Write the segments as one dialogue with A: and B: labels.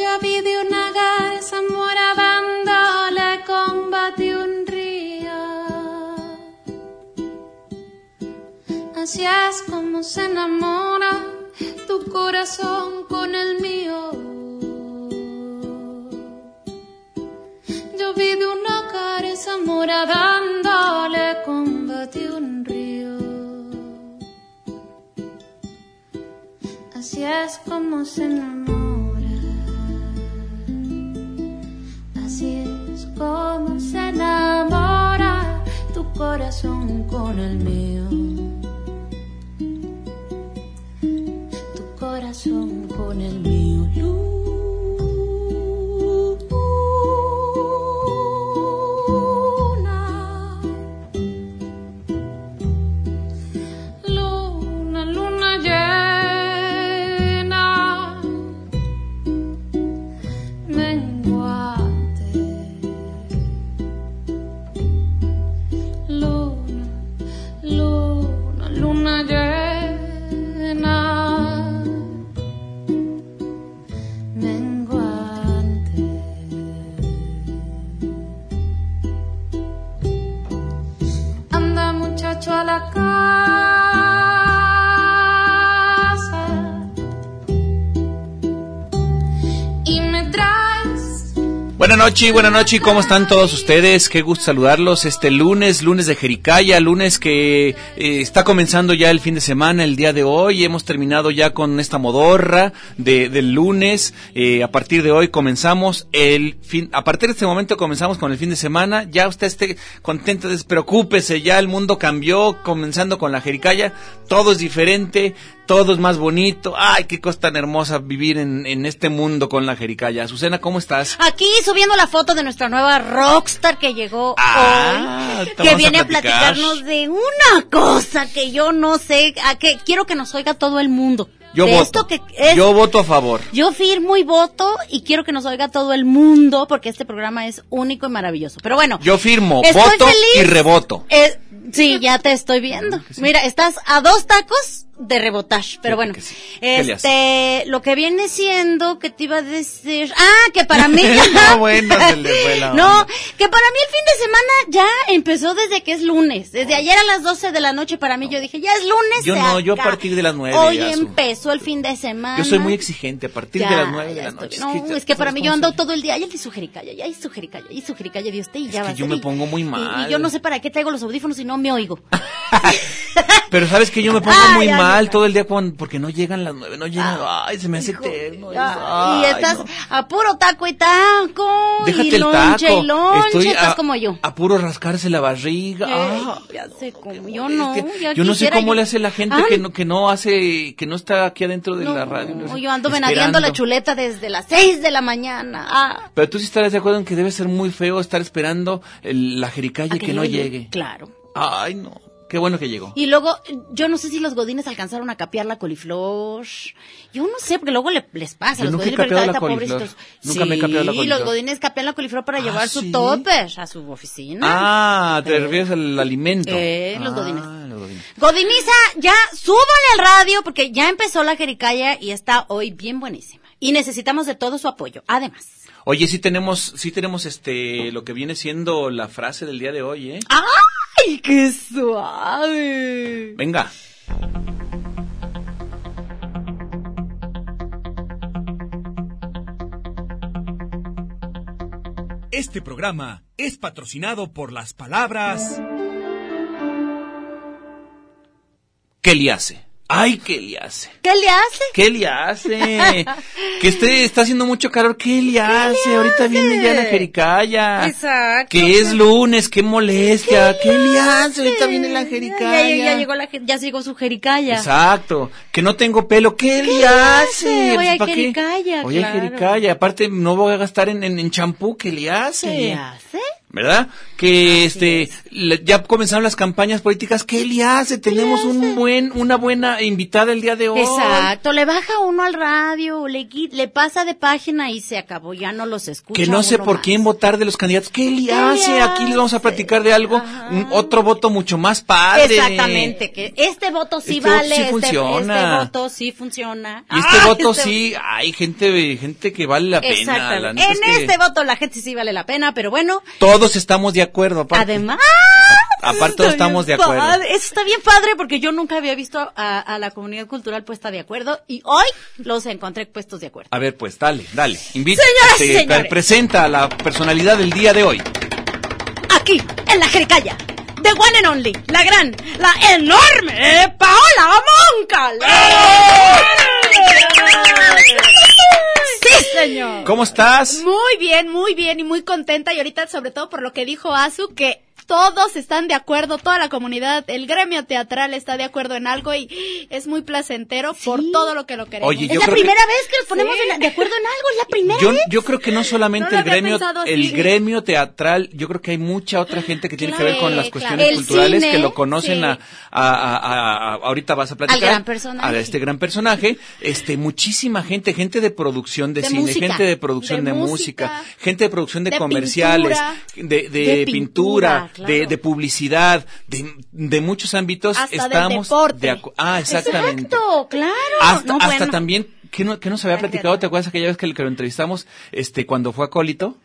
A: Yo vi de una garza morabando, la combate un río. Así es como se enamora tu corazón con el mío. Yo vi de una garza morabando, la combate un río. Así es como se enamora. Así es como se enamora tu corazón con el mío. Tu corazón con el mío. Luna. Luna, luna llena, menguante. Luna, luna, luna llena, menguante. Anda muchacho a la casa y me traes
B: Buenas noches, buenas noches, ¿cómo están todos ustedes? Qué gusto saludarlos este lunes, lunes de Jericaya, lunes que eh, está comenzando ya el fin de semana, el día de hoy, hemos terminado ya con esta modorra de, del lunes, Eh, a partir de hoy comenzamos el fin, a partir de este momento comenzamos con el fin de semana, ya usted esté contento, despreocúpese, ya el mundo cambió, comenzando con la Jericaya, todo es diferente, todo es más bonito, ay, qué cosa tan hermosa vivir en, en este mundo con la Jericaya. Azucena, ¿cómo estás?
C: Aquí subiendo la foto de nuestra nueva rockstar que llegó
B: Ah,
C: hoy,
B: te vamos
C: que
B: a
C: viene a
B: platicar.
C: platicarnos de una cosa que yo no sé, a que quiero que nos oiga todo el mundo.
B: Yo
C: De
B: voto.
C: esto que es-
B: Yo voto a favor.
C: yo firmo y voto y quiero que nos oiga todo el mundo porque este programa es único y maravilloso. Pero bueno,
B: Yo firmo,
C: Estoy
B: voto
C: feliz.
B: y reboto.
C: eh, sí, ya te estoy viendo. Mira, estás a dos tacos de rebotar, pero
B: Fíjate
C: bueno.
B: que sí. ¿Qué le
C: Este, lo que viene siendo que te iba a decir, ah, que para mí
B: No, bueno, se le fue la
C: No,
B: onda.
C: que para mí el fin de semana ya empezó desde que es lunes, desde ayer a las 12 de la noche para mí yo dije, ya es lunes.
B: Yo
C: se
B: no, yo a
C: acaba.
B: partir de las nueve,
C: Hoy
B: ya, su-
C: empezó el fin de semana.
B: Yo soy muy exigente a partir de
C: Ah, Ya,
B: las nueve de
C: ya
B: la
C: estoy
B: noche.
C: bien. No, es que, para mí yo ando todo el día, ya le sugericaya, ya le sugericaya, ya le sugericaya de usted y ya
B: que
C: va a
B: yo
C: ser,
B: me
C: y-
B: pongo muy
C: y-
B: mal.
C: Y yo no sé para qué traigo los audífonos y no me oigo.
B: Pero sabes que yo me pongo
C: Ay,
B: muy
C: ay,
B: mal
C: ay.
B: todo el día cuando, porque no llegan las nueve, no llegan. Ay, se me hace eterno.
C: Ya, y
B: ay,
C: estás
B: no.
C: a puro taco y taco,
B: Déjate
C: y
B: el
C: lonche
B: taco.
C: y lonche,
B: Estoy
C: estás
B: a-
C: como yo.
B: A puro rascarse la barriga. Ah.
C: Ey, ya sé cómo, yo no,
B: Es que
C: ya
B: yo no sé
C: quisiera
B: cómo
C: yo-
B: le hace la gente
C: Ay,
B: que no que no hace que no está aquí adentro de
C: no,
B: la radio. no sé,
C: yo ando venadeando la
B: esperando.
C: chuleta desde las 6 de la mañana. Ah,
B: Pero tú sí estarás de acuerdo en que debe ser muy feo estar esperando el- la jericaya
C: a
B: y que no
C: yo-
B: llegue.
C: Claro.
B: Ay, no. Qué bueno que llegó.
C: Y luego, yo no sé si los godines alcanzaron a capear la coliflor. Yo no sé, porque luego le- les pasa.
B: Yo
C: los
B: nunca he
C: godines, pero
B: capeado la
C: ahorita,
B: coliflor.
C: pobrecitos.
B: Nunca me he capeado la
C: Sí,
B: coliflor.
C: los godines capean la coliflor para
B: Ah,
C: llevar
B: ¿sí?
C: su topper a su oficina.
B: Ah, te
C: Eh.
B: refieres al alimento.
C: Eh, los
B: Ah,
C: godines.
B: los godines.
C: Godiniza, ya súbale al radio, porque ya empezó la jericaya y está hoy bien buenísima. Y necesitamos de todo su apoyo, además.
B: Oye, sí tenemos, sí tenemos este, lo que viene siendo la frase del día de hoy, ¿eh?
C: Ah. ¡Ay, qué suave!
B: Venga.
D: Este programa es patrocinado por las palabras
B: ¿Qué le hace? Ay, ¿qué le hace?
C: ¿Qué le hace?
B: ¿Qué le hace? que esté, está haciendo mucho calor. ¿Qué le hace? Ahorita viene ya la jericaya.
C: Exacto.
B: Que es lunes, Ah, qué molestia. ¿Qué, le hace? Ahorita viene la
C: Ya,
B: jericaya.
C: ya, ya llegó la, je- ya llegó su jericaya.
B: Exacto. Que no tengo pelo. ¿Qué, le hace? Pues,
C: hace? Hoy hay
B: ¿Para qué?
C: jericaya,
B: Hoy hay
C: claro.
B: jericaya. Aparte, no voy a gastar en, en, en champú. ¿Qué le hace?
C: ¿Qué le hace?
B: ¿Verdad? Que este la- ya comenzaron las campañas políticas. ¿Qué le hace? Tenemos un buen una buena invitada el día de hoy.
C: Exacto, le baja uno al radio, le, qui- le pasa de página y se acabó, ya no los escucha.
B: Que no sé
C: uno
B: por
C: más.
B: quién votar de los candidatos. ¿Qué le
C: ¿Qué le
B: hace? Aquí les vamos a
C: hace?
B: platicar de algo, un-
C: Ajá.
B: otro voto mucho más padre.
C: Exactamente, que este voto sí
B: eh. Este voto
C: vale,
B: sí
C: este,
B: funciona.
C: este voto sí funciona.
B: Y este
C: Ah,
B: voto
C: este-
B: sí, hay gente, gente que vale la pena. la
C: Exactamente.
B: neta
C: en
B: es que
C: este voto la gente sí vale la pena, pero bueno,
B: Todos estamos de acuerdo, aparte.
C: además.
B: A- aparte
C: eso está
B: estamos
C: bien
B: de acuerdo.
C: padre, Eso está bien padre porque yo nunca había visto a, a la comunidad cultural puesta de acuerdo y hoy los encontré puestos de acuerdo.
B: A ver, pues, dale, dale. Invita,
C: Señoras y
B: te-
C: señores.
B: presenta a la personalidad del día de hoy.
C: Aquí, en la Jericaya, the one and only, la gran, la enorme Paola Moncal. Sí, señor.
B: ¿Cómo estás?
E: Muy bien, muy bien y muy contenta y ahorita sobre todo por lo que dijo Azu que todos están de acuerdo, toda la comunidad, el gremio teatral está de acuerdo en algo y es muy placentero por todo lo que lo queremos.
B: Oye,
C: Es
B: yo
C: la
B: creo que-
C: primera vez que nos ponemos de, la- de acuerdo en algo, es la primera
B: Yo,
C: vez.
B: yo creo que no solamente
E: No lo
B: el
E: había
B: gremio
E: pensado así.
B: el gremio teatral, yo creo que hay mucha otra gente que tiene que ver
E: Claro,
B: con las
E: claro.
B: cuestiones
C: El
B: culturales
C: cine,
B: que lo conocen
E: sí.
B: a, a- a- a- ahorita vas a platicar
C: gran personaje.
B: a este gran personaje, este muchísima gente, gente de producción de,
C: De
B: cine,
C: música.
B: gente de producción de,
E: De
B: música,
E: música.
B: gente de producción de,
E: De
B: comerciales,
E: pintura.
B: de, de
C: De
B: pintura,
C: pintura,
B: de,
C: claro.
B: de publicidad, de, de muchos ámbitos
E: Hasta del
B: estamos
E: deporte.
B: de acu- ah, exactamente
C: Exacto, claro.
B: hasta,
C: No,
B: hasta
C: bueno.
B: también que no, que no se había platicado, ¿te acuerdas aquella vez que, que lo entrevistamos este cuando fue acólito?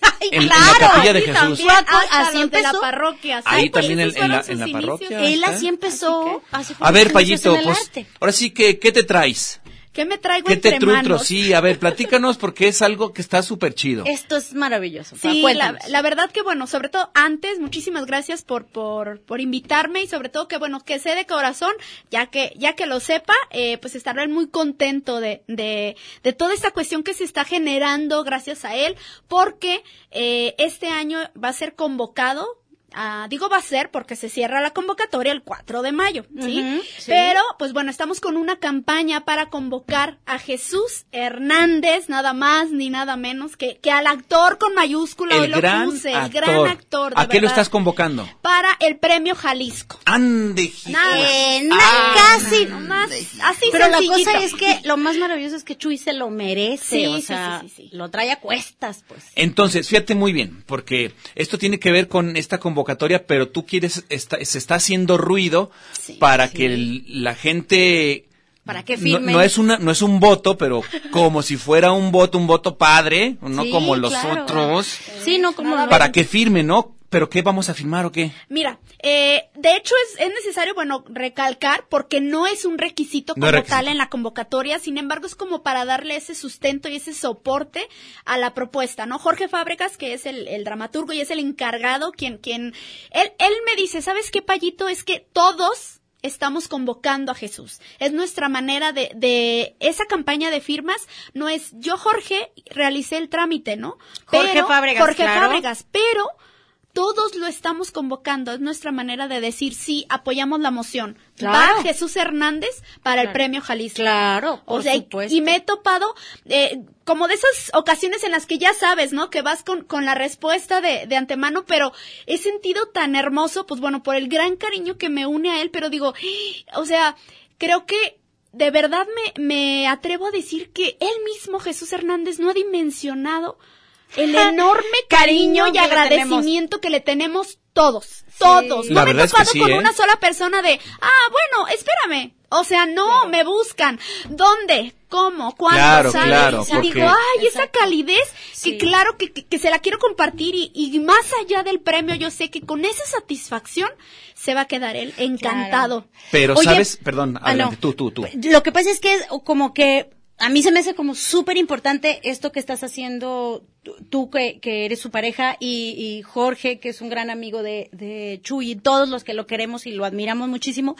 C: Ay,
B: en- en la
C: claro,
B: capilla de
C: sí,
B: Jesús.
C: también,
E: Hasta
C: así
E: los de la
C: empezó.
E: parroquia.
B: Ahí
E: ¿sí? Porque
B: también
E: esos
B: en- en la-
E: fueron
B: en la
E: sus inicios.
B: parroquia.
C: Él así
B: ¿Eh?
C: empezó. hace
B: A
C: muchos
B: ver,
C: años en
B: Payito,
C: el
B: pues
C: arte.
B: ahora sí que ¿qué te traes?
E: ¿Qué me traigo
B: ¿Qué te
E: entre
B: trutro?
E: manos?
B: Sí, a ver, platícanos porque es algo que está súper chido.
C: Esto es maravilloso.
E: Sí, la,
C: cuéntanos.
E: la verdad que bueno, sobre todo antes, muchísimas gracias por, por, por invitarme y sobre todo que bueno, que sé de corazón, ya que, ya que lo sepa, eh, pues estaré muy contento de, de, de toda esta cuestión que se está generando gracias a él, porque eh, este año va a ser convocado. ah, digo va a ser porque se cierra la convocatoria el 4 de mayo, ¿sí?
C: Ujú, sí.
E: Pero, pues bueno, estamos con una campaña para convocar a Jesús Hernández, nada más ni nada menos que, que al actor con mayúscula hoy
B: el
E: lo
B: gran,
E: puse, el
B: actor.
E: gran actor. de
B: ¿A qué lo
E: verdad,
B: estás convocando?
E: Para el premio Jalisco.
B: Ande. hijo.
C: Eh, na-
B: Ah,
C: casi.
E: Nomás, así
C: Pero la
E: sencillito.
C: cosa es que lo más maravilloso es que Chuy se lo merece.
E: Sí,
C: o
E: sí,
C: sea,
E: sí, sí, sí.
C: lo trae a cuestas, pues.
B: Entonces, fíjate muy bien, porque esto tiene que ver con esta convocatoria, pero tú quieres, está- se está haciendo ruido
C: Sí,
B: para
C: sí.
B: que el- la gente...
C: Para que
B: no-
C: firmen.
B: No, es una, no es un voto, pero como si fuera un voto, un voto padre, no
C: Sí,
B: como los
C: claro.
B: otros,
C: Sí, no como lo-
B: para que firme, ¿no? Pero ¿qué vamos a firmar o qué?
E: Mira, eh, de hecho es, es necesario, bueno, recalcar porque no es un
B: No
E: requisito como
B: es requisito.
E: tal en la convocatoria, sin embargo es como para darle ese sustento y ese soporte a la propuesta, ¿no? Jorge Fábregas, que es el, el dramaturgo y es el encargado, quien, quien, él, él me dice, ¿sabes qué, Payito? Es que todos estamos convocando a Jesús. Es nuestra manera de, de esa campaña de firmas, no es yo, Jorge, realicé el trámite, ¿no?
C: Jorge Fábregas,
E: Jorge
C: claro.
E: Fábregas, pero todos lo estamos convocando, es nuestra manera de decir sí, apoyamos la moción.
C: Claro.
E: Va Jesús Hernández para el premio Jalisco.
C: Claro,
E: O
C: por
E: sea, y-
C: supuesto.
E: y me he topado eh, como de esas ocasiones en las que ya sabes, ¿no? Que vas con, con la respuesta de, de antemano, pero he sentido tan hermoso, pues bueno, por el gran cariño que me une a él, pero digo, o sea, creo que de verdad me, me atrevo a decir que él mismo, Jesús Hernández, no ha dimensionado el enorme cariño y
C: que le tenemos.
E: agradecimiento que le tenemos todos, todos.
B: La
E: no me he
B: verdad
E: topado
B: es que sí,
E: con
B: ¿eh?
E: una sola persona de, ah, bueno, espérame. O sea, no, me buscan. ¿Dónde? ¿Cómo? ¿Cuándo?
B: Claro,
E: ¿Sabes?
B: claro,
E: Y
B: porque-
E: digo, ay, esa calidez
C: Sí.
E: que claro que, que- que se la quiero compartir y, y más allá del premio, yo sé que con esa satisfacción se va a quedar él encantado.
B: Pero
C: Oye,
B: sabes, perdón,
C: ah,
B: adelante,
C: no.
B: tú, tú, tú.
C: Lo que pasa es que es como que a mí se me hace como súper importante esto que estás haciendo tú- tú que, que eres su pareja y, y Jorge, que es un gran amigo de, de Chuy y todos los que lo queremos y lo admiramos muchísimo.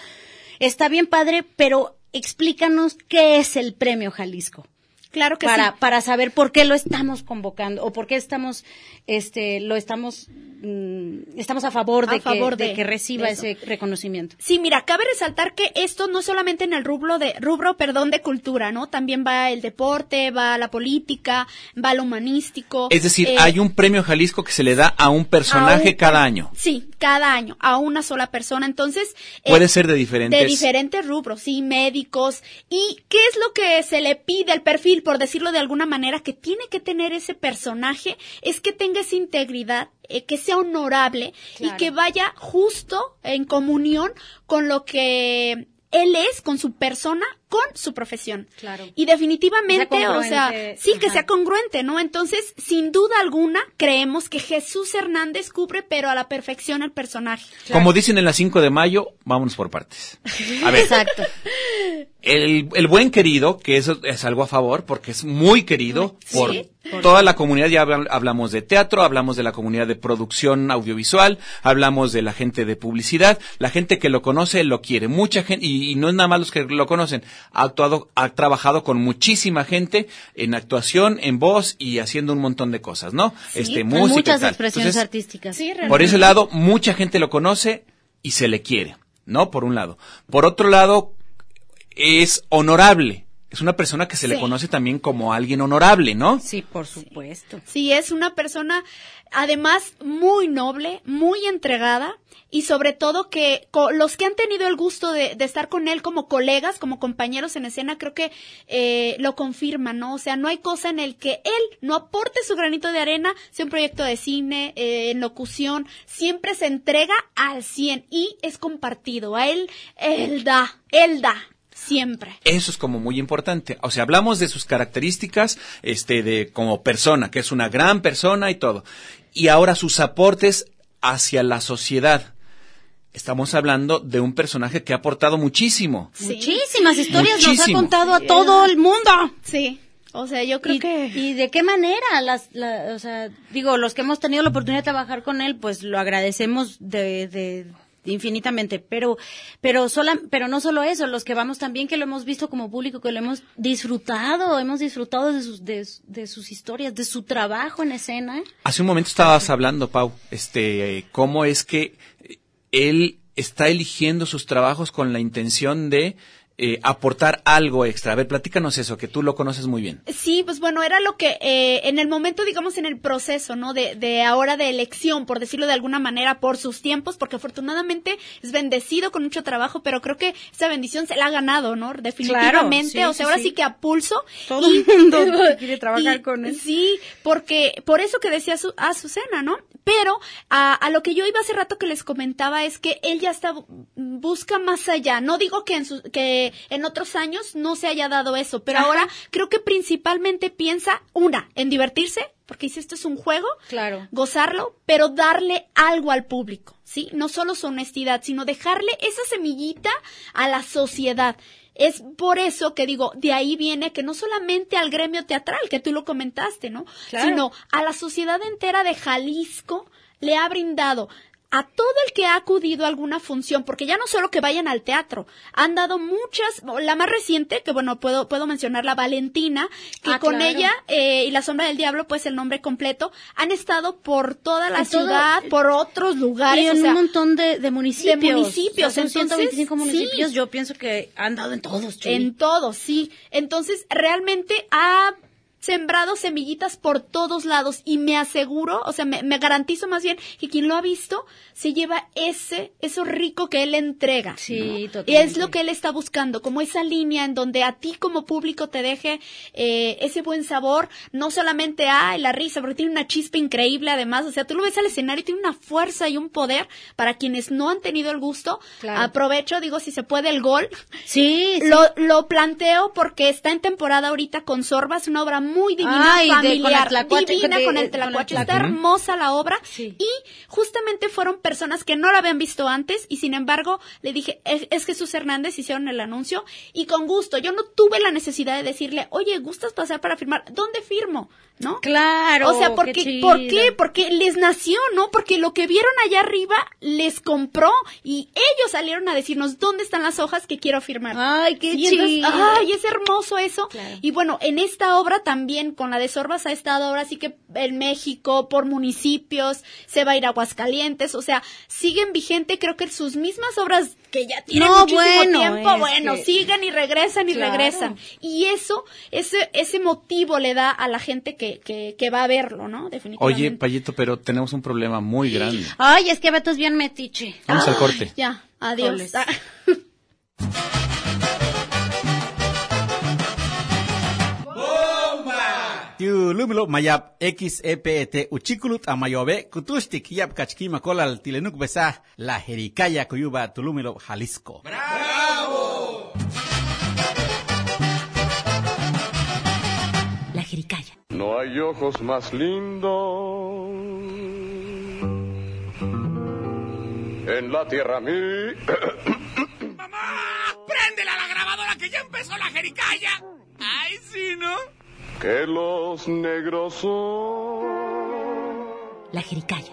C: Está bien padre, pero explícanos qué es el Premio Jalisco.
E: Claro que
C: para,
E: sí.
C: para saber por qué lo estamos convocando o por qué estamos, este, lo estamos, mm, estamos a favor
E: A
C: de,
E: favor
C: que, de
E: de-
C: que reciba
E: de eso.
C: ese reconocimiento.
E: Sí, mira, cabe resaltar que esto no solamente en el rubro de rubro, perdón, de cultura, ¿no? También va el deporte, va la política, va lo humanístico.
B: Es decir,
E: eh,
B: hay un premio Jalisco que se le da a un personaje
E: a un-
B: cada año.
E: Sí, cada año a una sola persona. Entonces, eh,
B: Puede ser de diferentes.
E: de diferentes rubros, sí, médicos. ¿Y qué es lo que se le pide al perfil, por decirlo de alguna manera, que tiene que tener ese personaje? Es que tenga esa integridad, eh, que sea honorable y
C: Claro.
E: que vaya justo en comunión con lo que él es, con su persona, con su profesión.
C: Claro.
E: Y definitivamente,
C: Sea
E: o sea,
C: congruente,
E: sí, que
C: ajá.
E: sea congruente, ¿no? Entonces, sin duda alguna, creemos que Jesús Hernández cubre, pero a la perfección, el personaje.
B: Como dicen en la 5 de mayo, vámonos por partes. A ver,
C: Exacto.
B: el, el buen querido, que eso es algo a favor, porque es muy querido
E: Sí.
B: por toda la comunidad. Ya habl- hablamos de teatro, hablamos de la comunidad de producción audiovisual, hablamos de la gente de publicidad, la gente que lo conoce lo quiere, mucha gente, y, y no es nada más los que lo conocen, ha actuado, ha trabajado con muchísima gente en actuación, en voz y haciendo un montón de cosas, ¿no? este,
C: Con
B: música. y
C: pues muchas
B: tal.
C: expresiones
B: Entonces,
C: artísticas.
B: por ese lado, mucha gente lo conoce y se le quiere, ¿no? Por un lado. Por otro lado, es honorable. Es una persona que se le
E: Sí.
B: conoce también como alguien honorable, ¿no?
C: Sí, por supuesto.
E: Sí, es una persona además muy noble, muy entregada y sobre todo que co- los que han tenido el gusto de, de estar con él como colegas, como compañeros en escena, creo que eh, lo confirman, ¿no? O sea, no hay cosa en el que él no aporte su granito de arena, sea un proyecto de cine, eh, en locución, siempre se entrega al 100 y es compartido. A él, él da, él da, siempre.
B: Eso es como muy importante. O sea, hablamos de sus características, este, de como persona, que es una gran persona y todo. Y ahora sus aportes hacia la sociedad. Estamos hablando de un personaje que ha aportado muchísimo.
E: Sí.
C: Muchísimas historias nos ha
B: Muchísimo.
C: contado a todo el mundo.
E: Sí, o sea, yo creo
C: y,
E: que...
C: y de qué manera, las, la- o sea, digo, los que hemos tenido la oportunidad de trabajar con él, pues lo agradecemos de, de- infinitamente, pero, pero sola, pero no solo eso, los que vamos también que lo hemos visto como público, que lo hemos disfrutado, hemos disfrutado de sus, de, de sus historias, de su trabajo en escena.
B: Hace un momento estabas hablando, Pau, este, eh, cómo es que eh, él está eligiendo sus trabajos con la intención de eh, aportar algo extra. A ver, platícanos eso, que tú lo conoces muy bien.
E: Sí, pues bueno, era lo que eh, en el momento, digamos, en el proceso, ¿no? De, de ahora de elección, por decirlo de alguna manera, por sus tiempos, porque afortunadamente es bendecido con mucho trabajo, pero creo que esa bendición se la ha ganado, ¿no? Definitivamente,
C: sí,
E: o sea,
C: sí,
E: ahora
C: sí.
E: sí. que a pulso.
C: Todo el mundo quiere trabajar con él.
E: Sí, porque por eso que decía Su- Azucena, ¿no? Pero a, a lo que yo iba hace rato que les comentaba es que él ya está bu- busca más allá. No digo que en su- que en otros años no se haya dado eso, pero ahora creo que principalmente piensa una en divertirse, porque dice esto es un juego,
C: Claro.
E: gozarlo, pero darle algo al público, ¿sí? No solo su honestidad, sino dejarle esa semillita a la sociedad. Es por eso que digo, de ahí viene que no solamente al gremio teatral, que tú lo comentaste, ¿no?
C: Claro.
E: Sino a la sociedad entera de Jalisco le ha brindado a todo el que ha acudido a alguna función, porque ya no solo que vayan al teatro, han dado muchas, la más reciente, que bueno, puedo, puedo mencionar la Valentina, que
C: Ah,
E: con
C: claro.
E: ella eh, y La Sombra del Diablo, pues el nombre completo, han estado por toda la
C: En todo-
E: ciudad, por otros lugares,
C: y en
E: o sea,
C: un montón de, de municipios.
E: de municipios,
C: O sea, son
E: entonces,
C: 125
E: sí.
C: municipios, yo pienso que han dado en todos, Chuy.
E: en todo, sí. Entonces, realmente ha sembrado semillitas por todos lados y me aseguro, o sea, me, me garantizo más bien que quien lo ha visto se lleva ese, eso rico que él entrega.
C: Sí,
E: Y es
C: totalmente.
E: lo que él está buscando, como esa línea en donde a ti como público te deje eh, ese buen sabor, no solamente ay, la risa, porque tiene una chispa increíble además, o sea, tú lo ves al escenario y tiene una fuerza y un poder para quienes no han tenido el gusto.
C: Claro.
E: Aprovecho, digo, si se puede el gol,
C: Sí, sí.
E: lo, lo planteo porque está en temporada ahorita con Sorbas, una obra muy divina,
C: Ay, de- con el
E: familiar,
C: tlacuache,
E: divina
C: de-
E: con
C: con
E: el
C: el
E: tlacuache.
C: tlacuache.
E: Está hermosa la obra.
C: Sí.
E: Y justamente fueron personas que no la habían visto antes y sin embargo le dije, es, es Jesús Hernández, hicieron el anuncio y con gusto. Yo no tuve la necesidad de decirle, oye, ¿gustas pasar para firmar? ¿Dónde firmo? ¿No?
C: Claro.
E: o sea, porque, ¿por qué?
C: chido.
E: Porque les nació, ¿no? Porque lo que vieron allá arriba les compró y ellos salieron a decirnos dónde están las hojas que quiero firmar.
C: Ay, qué
E: Y entonces,
C: chido.
E: ay, es hermoso eso.
C: Claro.
E: Y bueno, en esta obra también, con la de Sorbas, ha estado ahora sí que en México, por municipios, se va a ir a Aguascalientes, o sea, siguen vigente, creo que sus mismas obras que ya tienen
C: No,
E: muchísimo
C: bueno,
E: tiempo,
C: es
E: bueno,
C: que-
E: siguen y regresan y
C: Claro.
E: regresan. Y eso, ese, ese motivo le da a la gente que, que, que va a verlo, ¿no? Definitivamente.
B: Oye, Payito, pero tenemos un problema muy grande.
C: Ay, es que Beto es bien metiche.
B: Vamos al corte.
E: Ya, adiós.
C: Híjoles.
E: Ah.
F: Tiulumilo mayap E XEPET uchikulut amayobe kutushtik yap kachkima kolal tilenuk besah la jericaya cuyuba tulumilo Jalisco.
G: La jericaya.
H: No hay ojos más lindos en la tierra mí. ¡Mamá! ¡Préndela la grabadora que ya empezó la jericaya! ¡Ay, sí, no! Que los negros son.
G: La jericaya.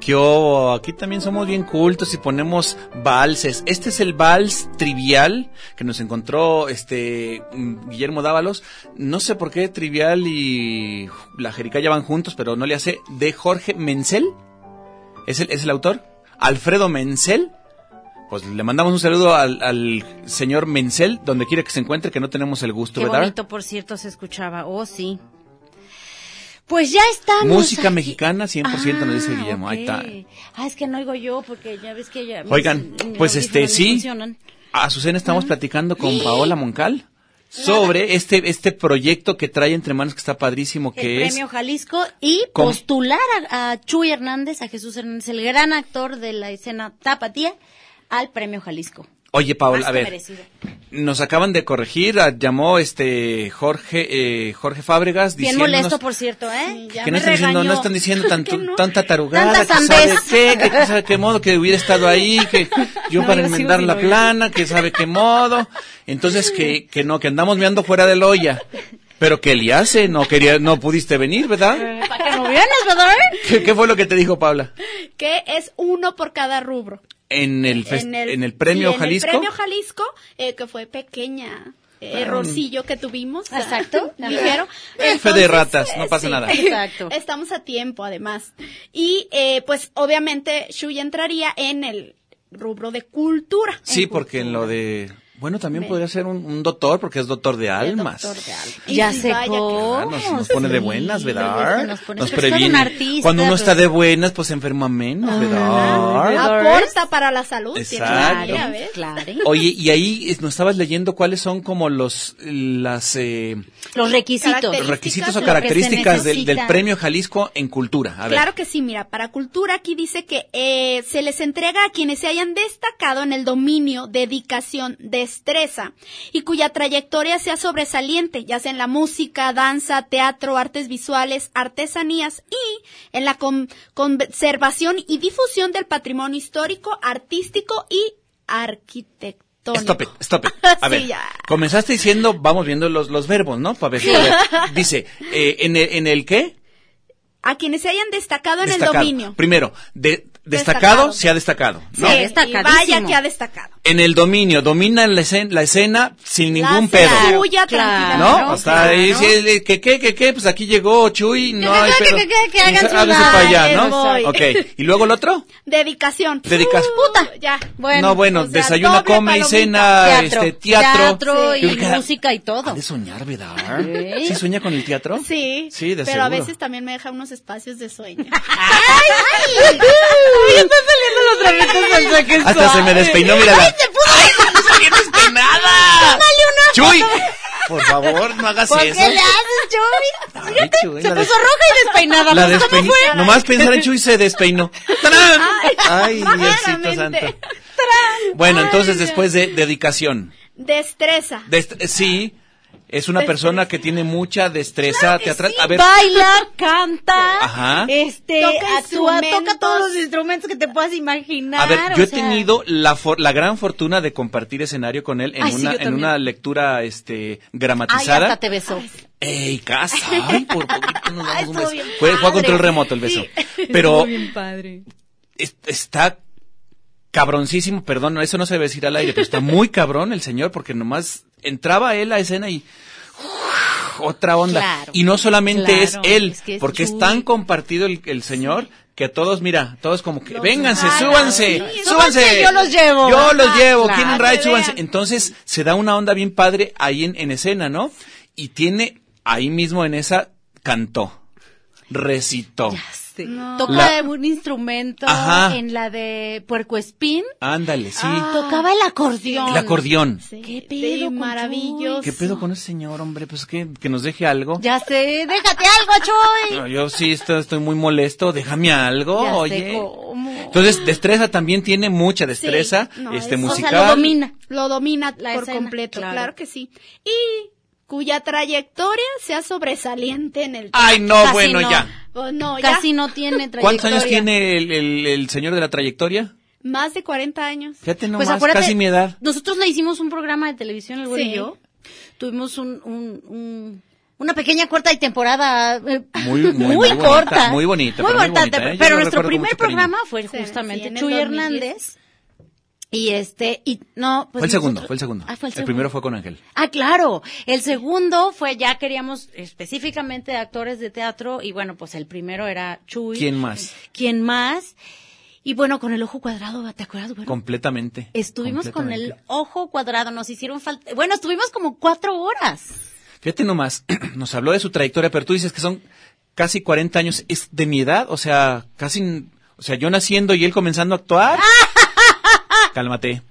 B: ¿Qué hubo? Aquí también somos bien cultos y ponemos valses. Este es el vals trivial que nos encontró este mm, Guillermo Dávalos. No sé por qué trivial y la jericaya van juntos, pero no le hace. De Jorge Menzel. ¿Es el, es el autor? Alfredo Menzel. Pues le mandamos un saludo al, al señor Menzel, donde quiera que se encuentre, que no tenemos el gusto,
C: Qué
B: ¿verdad?
C: bonito, por cierto, se escuchaba. Oh, sí. Pues ya estamos.
B: Música
C: aquí.
B: mexicana 100% nos dice Guillermo. Ahí
C: ok.
B: está.
C: Ah, es que no oigo yo porque ya ves que ya. mis-
B: Oigan,
C: mis
B: pues este
C: audífonos no
B: sí,
C: funcionan.
B: Azucena estamos platicando con Paola Moncal sobre este este proyecto que trae entre manos que está padrísimo
C: El
B: que es
C: premio Jalisco y
B: ¿Cómo?
C: postular a, a Chuy Hernández, a Jesús Hernández, el gran actor de la escena Tapatía, al premio Jalisco.
B: Oye Paola,
C: Más
B: a
C: que
B: ver,
C: merecido.
B: nos acaban de corregir, ah, llamó este Jorge eh, Jorge Fábregas
C: Bien
B: diciéndonos
C: molesto, por cierto, ¿eh?
E: ya
B: que no están diciendo, no están diciendo tan,
E: Que no.
B: tanta tarugada,
C: Tanta
B: que sabe
C: sandez.
B: qué, que sabe qué modo, que hubiera estado ahí, que yo
C: No,
B: para
C: yo sigo
B: enmendar
C: sin
B: la
C: oír.
B: plana, que sabe qué modo, entonces que, que no, que andamos meando fuera del olla, pero que le hace, no quería, no pudiste venir, ¿verdad?
C: Para que no vienes, ¿verdad?
B: ¿Qué, qué fue lo que te dijo Paula?
E: que es uno por cada rubro.
B: En el, fes- en el, premio
E: sí, en
B: Jalisco.
E: El premio Jalisco, eh, que fue pequeña. eh, Errorcillo que tuvimos.
C: Exacto.
E: Ligero.
B: Eh, fe de
E: Entonces,
B: ratas, no
E: eh,
B: pasa nada.
C: Exacto.
E: Estamos a tiempo, además. Y, eh, pues, obviamente, Shuya entraría en el rubro de cultura.
B: sí, porque en lo de, bueno, también podría ser un, un doctor, porque es doctor de almas.
E: Doctor de alma. Y
C: Ya
E: sí,
C: sé
E: vaya que-
C: cómo.
B: Ah, nos, nos pone de buenas,
C: Sí,
B: ¿verdad?
C: Nos, pone-
B: Nos
C: pero es que eres un
B: previene.
C: artista,
B: Cuando uno
C: pues.
B: está de buenas, pues enferma menos, ¿verdad?
E: Aporta para la salud. tiene
B: Exacto.
E: que ver, ya ves.
C: Claro.
B: Oye, y ahí es- nos estabas leyendo cuáles son como los las eh,
C: Los requisitos.
E: Características.
B: requisitos
E: lo
B: o
E: que se
B: características del,
C: necesita.
B: del premio Jalisco en cultura. A ver.
E: Claro que sí, mira, para cultura aquí dice que eh, se les entrega a quienes se hayan destacado en el dominio, dedicación, destreza y cuya trayectoria sea sobresaliente, ya sea en la música, danza, teatro, artes visuales, artesanías y en la con- conservación y difusión del patrimonio histórico, artístico y arquitectónico.
B: Stop it, stop it. A
E: Sí,
B: ver,
E: ya.
B: comenzaste diciendo, vamos viendo los, los verbos, ¿no? Pa' ver, a ver, dice, eh, ¿en, el, ¿en el qué?
E: A quienes se hayan destacado en el dominio.
B: Primero, de- destacado,
E: Destacado.
B: se ha destacado.
E: Sí,
B: ¿no?
C: No.
E: y vaya
C: Destacadísimo.
E: que ha destacado.
B: En el dominio, domina la escena, la escena sin ningún
E: La
B: pedo.
E: suya,
C: Claro,
E: tranquila,
B: ¿No?
C: Claro,
B: o sea, ahí
C: claro.
B: sí, el- el- que qué, que qué, pues aquí llegó Chuy, no
C: que,
B: hay
C: que,
B: pedo.
C: que, que, que hagan su
B: Hágase
C: live,
B: para allá,
E: me voy.
B: ¿no? Ok, ¿y luego el otro?
E: Dedicación. Uh,
B: Dedicas-
E: Puta. Ya.
B: no, bueno, pues,
E: pues, o sea,
B: desayuno,
E: doble
B: come y
E: palomita.
B: cena,
C: Teatro.
B: este, teatro.
C: Teatro
B: Yo
C: y
B: creo que-
C: música y
B: Ha
C: todo.
B: de soñar, ¿verdad? ¿Sí sueña con el teatro?
E: Sí.
B: Sí, de
E: Pero a
B: seguro.
E: veces también me deja unos espacios de sueño.
B: Hasta se me despeinó, mira. ¡Ay, te pudo! ¡Ay, estás bien despeinada! ¡Chuy! Por favor, no hagas eso.
C: haces,
B: Ay, Chuy, la des-
C: roja y despeinada.
B: La despein... Nomás pensar en Chuy se despeinó. ¡Tarán! Ay, Diosito santo.
E: Claramente.
B: Bueno, entonces después de dedicación.
E: Destreza.
B: Dest- sí, es una persona que tiene mucha destreza teatral. A ver,
C: Baila, canta,
B: Ajá.
C: este,
E: Toca
C: actúa, toca
E: instrumentos.
C: todos los instrumentos que te puedas imaginar.
B: A ver,
C: o
B: yo he
C: sea,
B: tenido la, for- la gran fortuna de compartir escenario con él en,
C: Ay, sí,
B: una,
C: yo
B: en
C: también.
B: una lectura este,
C: Ay,
B: gramatizada.
C: hasta te besó.
B: ¡Ey, casa! ¡Ay, por poquito nos damos
E: Ay,
B: un
E: estuvo
B: beso.
E: bien
B: Fue, fue a
E: padre.
B: control remoto el beso. Pero es- está cabroncísimo, perdón, no, eso no se debe decir al aire, pero está muy cabrón el señor porque nomás entraba él a escena y ¡uf! otra onda.
C: Claro.
B: y no solamente
C: Claro,
B: es él,
C: es que es
B: porque es
C: Chuy.
B: tan compartido el, el señor que todos, mira, todos como que, vénganse,
E: jala,
B: súbanse,
E: sí,
B: súbanse.
C: súbanse, yo los llevo.
B: Yo los
C: Ajá,
B: llevo,
C: claro.
B: quieren ride,
E: Que
B: súbanse.
E: vean.
B: Entonces se da una onda bien padre ahí en, en escena, ¿no? Y tiene ahí mismo en esa, cantó, recitó.
C: Sí.
E: No.
C: Toca
B: La-
C: un instrumento
B: Ajá.
C: en la de Puerco Espín.
B: Ándale, sí.
C: Tocaba el acordeón.
B: El acordeón.
E: Sí,
C: ¿Qué
E: sí,
C: pedo con Chuy?
E: maravilloso.
B: ¿Qué pedo con ese señor, hombre? Pues que, que nos deje algo.
C: Ya sé, déjate algo, Chuy.
B: No, yo sí estoy, estoy muy molesto, déjame algo,
C: Ya sé
B: oye.
C: cómo.
B: Entonces, destreza también tiene mucha destreza,
E: Sí, no,
B: este
E: es- o sea,
B: musical.
C: O sea, lo domina.
E: Lo domina
C: La
E: por
C: escena,
E: completo,
C: claro.
E: claro. que sí. Y cuya trayectoria sea sobresaliente en el
B: Ay, no,
C: Casi
B: bueno,
C: no.
B: ya.
E: Oh, no, ya
C: Casi no tiene trayectoria.
B: ¿Cuántos años tiene el, el- el señor de la trayectoria?
E: más de 40 años.
B: Fíjate
C: Pues
B: nomás,
C: acuérdate,
B: casi mi edad.
C: Nosotros le hicimos un programa de televisión, el güey
E: Sí.
C: y yo. Tuvimos un, un- un- una pequeña corta y temporada eh,
B: Muy- muy- muy bonita,
C: corta.
B: muy bonita, pero muy bonita,
C: te-
B: ¿eh? Yo
C: pero
B: lo
C: nuestro
B: recuerdo con
C: primer
B: mucho cariño.
C: programa fue
E: Sí, sí,
C: justamente
E: en el
C: Chuy
E: 2010.
C: Hernández. Y este, y no, pues
B: fue el segundo,
C: nosotros-
B: fue el segundo.
C: Ah, fue el
B: el
C: segundo.
B: primero fue con Ángel.
C: Ah, claro. El segundo fue ya queríamos específicamente de actores de teatro y bueno, pues el primero era Chuy.
B: ¿Quién más?
C: ¿Quién más? Y bueno, con el ojo cuadrado, ¿te acuerdas? Bueno,
B: Completamente.
C: Estuvimos con el
B: completamente.
C: ojo cuadrado, nos hicieron falta. Bueno, estuvimos como cuatro horas.
B: Fíjate nomás, nos habló de su trayectoria, pero tú dices que son casi 40 años. ¿Es de mi edad? O sea, casi... O sea, yo naciendo y él comenzando a actuar. cálmate.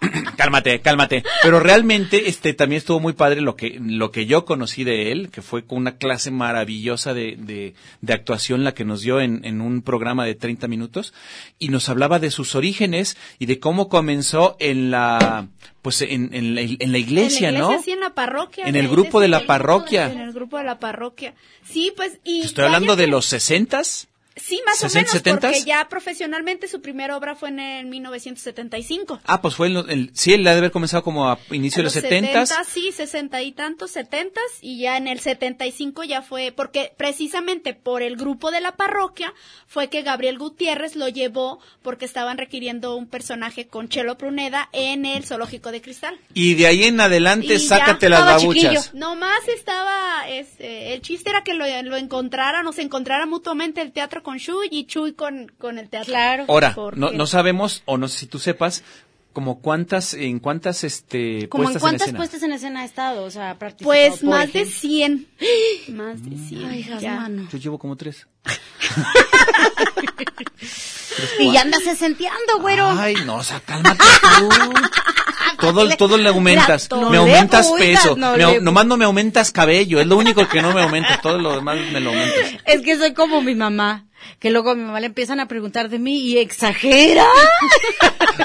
B: cálmate, cálmate. Pero realmente este también estuvo muy padre lo que lo que yo conocí de él, que fue con una clase maravillosa de, de, de actuación la que nos dio en, en un programa de 30 minutos y nos hablaba de sus orígenes y de cómo comenzó en la pues en, en la, en la iglesia,
E: en la iglesia,
B: ¿no?
E: sí, en la parroquia.
B: En el grupo de la
E: en el grupo
B: parroquia.
E: En el grupo de la parroquia. Sí, pues, y...
B: Te estoy hablando
E: vaya
B: de
E: que-
B: los sesentas.
E: Sí, más
B: 60,
E: o menos,
B: 70s.
E: porque ya profesionalmente su primera obra fue en el 1975.
B: Ah, pues fue en los- en- sí, él ha de haber comenzado como a inicio de los setentas.
E: 70s, sí, 60 y tantos, 70 y ya en el 75 ya fue, porque precisamente por el grupo de la parroquia fue que Gabriel Gutiérrez lo llevó porque estaban requiriendo un personaje con Chelo Pruneda en el Zoológico de Cristal.
B: Y de ahí en adelante,
E: Y ya
B: sácate las
C: estaba
B: babuchas.
C: chiquillo.
E: Nomás estaba, este, el chiste era que lo, lo encontraran o se encontrara mutuamente el teatro con Chuy y Chuy con, con el teatro.
C: Claro.
B: Ahora,
E: Porque-
B: no, no sabemos, o no sé si tú sepas, como cuántas, en cuántas, este,
C: Como en
B: puestas
C: cuántas
B: en escena.
C: puestas en escena ha estado, o sea, participado,
E: Pues
C: por
E: más de
C: ejemplo.
E: 100. más de 100.
C: Ay, hijas,
E: ya.
C: mano.
B: Yo llevo como tres.
C: Y ya andas sesenteando, güero.
B: Ah. Ay, no, o sea, cálmate tú. Todo,
C: Le-
B: todo le aumentas.
C: la- no
B: me
C: le
B: aumentas
C: gustas,
B: peso.
C: no
B: me
C: le
B: au- nomás no me aumentas cabello. Es lo único que no me aumentas. Todo lo demás me lo aumentas.
C: Es que soy como mi mamá, que luego a mi mamá le empiezan a preguntar de mí y exagera.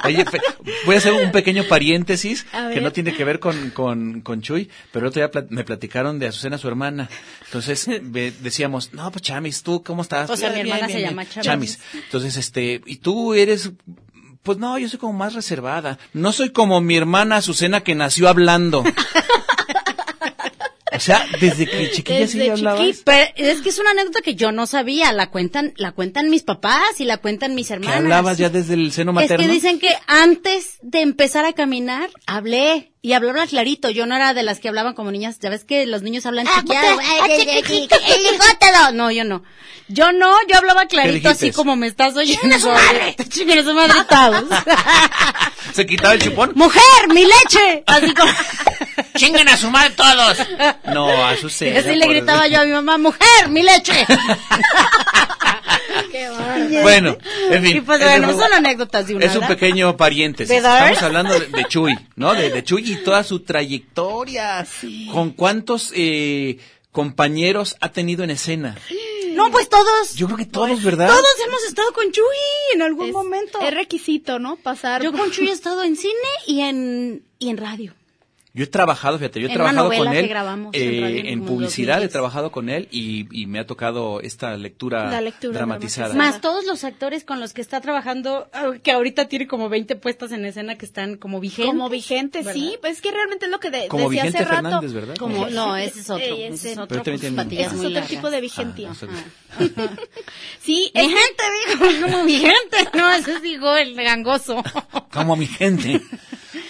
B: Oye, Fe, voy a hacer un pequeño paréntesis
C: A ver.
B: que no tiene que ver con, con, con Chuy, pero el otro día plat- me platicaron de Azucena, su hermana. Entonces ve- decíamos, no, pues Chamis, ¿tú cómo estás?
C: O sea, mi
B: Bien,
C: hermana
B: bien,
C: se
B: bien,
C: llama
B: bien.
C: Chamis.
B: Entonces, este, y tú eres... Pues no, yo soy como más reservada. No soy como mi hermana Azucena que nació hablando. O sea, desde que chiquilla sí
E: Desde
B: hablabas.
C: Y pero es que es una anécdota que yo no sabía, la cuentan, la cuentan mis papás y la cuentan mis
B: Que
C: hermanas.
B: hablabas ya desde el seno
C: Es
B: materno.
C: que dicen que antes de empezar a caminar, hablé y hablaba clarito. Yo no era de las que hablaban como niñas. Ya ves que los niños hablan chiquiado. No, yo no. Yo no, yo hablaba clarito así
B: dijiste?
C: como me estás oyendo. Chinguen a su madre.
B: Se quitaba el chupón.
C: Mujer, mi leche. Así como...
B: ¡Chinguen a su madre todos! No, Azucena.
C: así le
B: por-
C: gritaba yo a mi mamá, mujer, mi leche.
B: Bueno, en fin.
C: Y pues
B: ese
C: bueno,
B: fue-
C: son anécdotas de una
B: Es un
C: hora.
B: pequeño paréntesis.
C: ¿Verdad?
B: Estamos hablando de, de Chuy, ¿no? De, de Chuy y toda su trayectoria. ¿Con cuántos eh, compañeros ha tenido en escena?
C: No, pues todos.
B: Yo creo que todos, ¿verdad?
C: Todos hemos estado con Chuy en algún
E: Es,
C: momento.
E: es requisito, ¿no? Pasar.
C: Yo con Chuy he estado en cine y en, y en radio.
B: Yo he trabajado, fíjate, yo he
C: En una
B: trabajado
C: novela
B: con
C: que
B: él
C: grabamos en radio
B: eh,
C: en
B: en
C: como
B: publicidad, he
C: 2010.
B: trabajado con él y, y me ha tocado esta lectura,
E: La lectura
B: dramatizada. Ah,
E: dramatizada.
C: Más todos los actores con los que está trabajando, ah, que ahorita tiene como 20 puestas en escena que están como vigentes.
E: Como vigente, sí. Pues es que realmente es lo que de-
B: Como
E: decía
B: Vicente
E: hace rato.
B: Fernández, ¿verdad?
C: Como- no, ese es otro.
E: Ey,
C: ese
E: ese-
C: es
B: Pero
C: otro.
B: también
C: con
B: tiene-
C: patillas
E: Ese es
C: muy
E: otro
C: largas.
E: tipo de
B: Ah,
E: vigentia.
B: no sé.
E: sí,
C: Mi gente, dijo, como mi gente, no, ese digo el gangoso.
B: Como mi gente.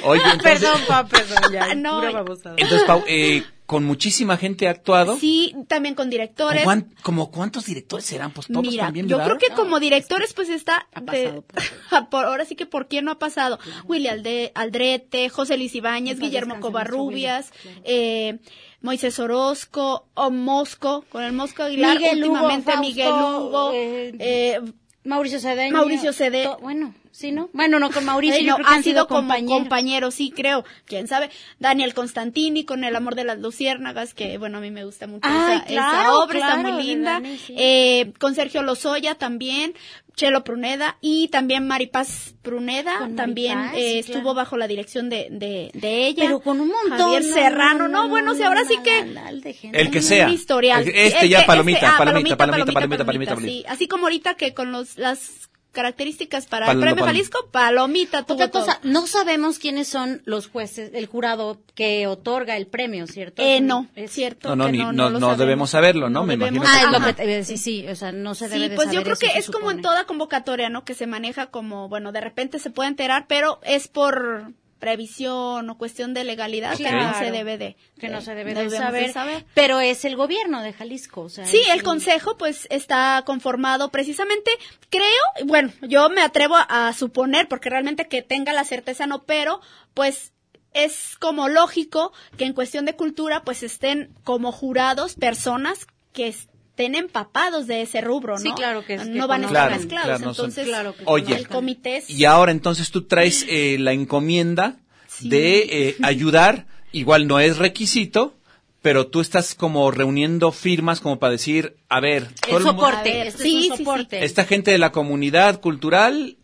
B: Oye, entonces,
C: perdón, pa, perdón, ya,
E: Ah, no,
C: pura
E: y-
C: babosada.
B: entonces, Pau, eh, con muchísima gente ha actuado.
E: sí, también con directores.
B: ¿Cuán- como cuántos directores serán? Pues todos
E: Mira,
B: también,
E: yo
B: ¿verdad?
E: creo que como directores pues está
C: Ha
E: de-
C: pasado
E: por- ahora sí que por quién no ha pasado. Willy Alde- Aldrete, José Luis Ibáñez, Guillermo Covarrubias, eh, Moisés Orozco, o Mosco, con el Mosco Aguilar,
C: Miguel Hugo,
E: últimamente
C: Fausto,
E: Miguel Hugo,
C: eh,
E: eh,
C: Mauricio Cedeño.
E: Mauricio Cede-
C: To- Bueno, sí, ¿no? Bueno, no, con Mauricio
E: eh,
C: yo
E: no,
C: creo que
E: han sido como
C: compañeros.
E: compañeros, sí creo, quién sabe, Daniel Constantini con El amor de las luciérnagas, que bueno, a mí me gusta mucho
C: Ay,
E: esa,
C: claro,
E: esa obra, está
C: claro, de
E: muy linda,
C: Dani, sí.
E: Eh, con Sergio Lozoya también, Chelo Pruneda y también Maripaz Pruneda,
C: Con
E: también
C: Maripaz,
E: eh,
C: sí,
E: estuvo
C: claro.
E: bajo la dirección de, de, de ella.
C: Pero con un montón.
E: Javier
C: no,
E: Serrano, no, bueno,
C: no,
E: si ahora
C: no,
E: sí
C: no,
E: que...
C: no, no, de gente.
B: El que
E: un
B: sea.
E: historial.
B: El- Este
E: Sí,
B: ya,
E: este,
B: palomita,
E: este, ah,
B: palomita, palomita, palomita, palomita, palomita,
E: sí. Así como ahorita que con los, las características para
B: Paloma,
E: el premio
B: paloma.
E: Jalisco, palomita tuvo
C: Otra
E: todo.
C: cosa, no sabemos quiénes son los jueces, el jurado que otorga el premio, ¿cierto?
E: Eh, no, es
C: Es-
E: cierto.
B: No, no,
E: que
B: ni-
E: no,
B: no-
E: lo
B: no debemos saberlo, ¿no? Me
E: debemos-
B: imagino
C: Ah, es lo
E: Ajá.
C: que te iba a decir, sí, o sea, no se debe
E: Sí,
C: de
E: pues yo
C: saber
E: creo
C: eso,
E: que
C: se
E: es como en
C: supone.
E: toda convocatoria, ¿no? Que se maneja como, bueno, de repente se puede enterar, pero es por previsión o cuestión de legalidad que no
C: Claro.
E: se debe de
C: que no se debe de
E: debemos
C: saber, pero es el gobierno de Jalisco, o sea,
E: Sí,
C: es
E: el consejo pues está conformado precisamente, creo, bueno, yo me atrevo a suponer, porque realmente que tenga la certeza no, pero pues es como lógico que en cuestión de cultura pues estén como jurados personas que estén empapados de ese rubro, ¿no?
C: Sí, claro que es- que
E: no van a estar
B: conozcan.
E: mezclados,
B: Claro, no son-
E: entonces
C: Claro que
B: Oye.
E: el comité es-
B: Y ahora entonces tú traes eh, la encomienda de eh, ayudar, igual no es requisito, pero tú estás como reuniendo firmas como para decir, a ver, todo
C: el
B: el mundo-
C: soporte,
E: A ver,
C: este
E: sí,
C: es
E: sí,
C: un
E: sí.
C: soporte.
B: esta gente de la comunidad cultural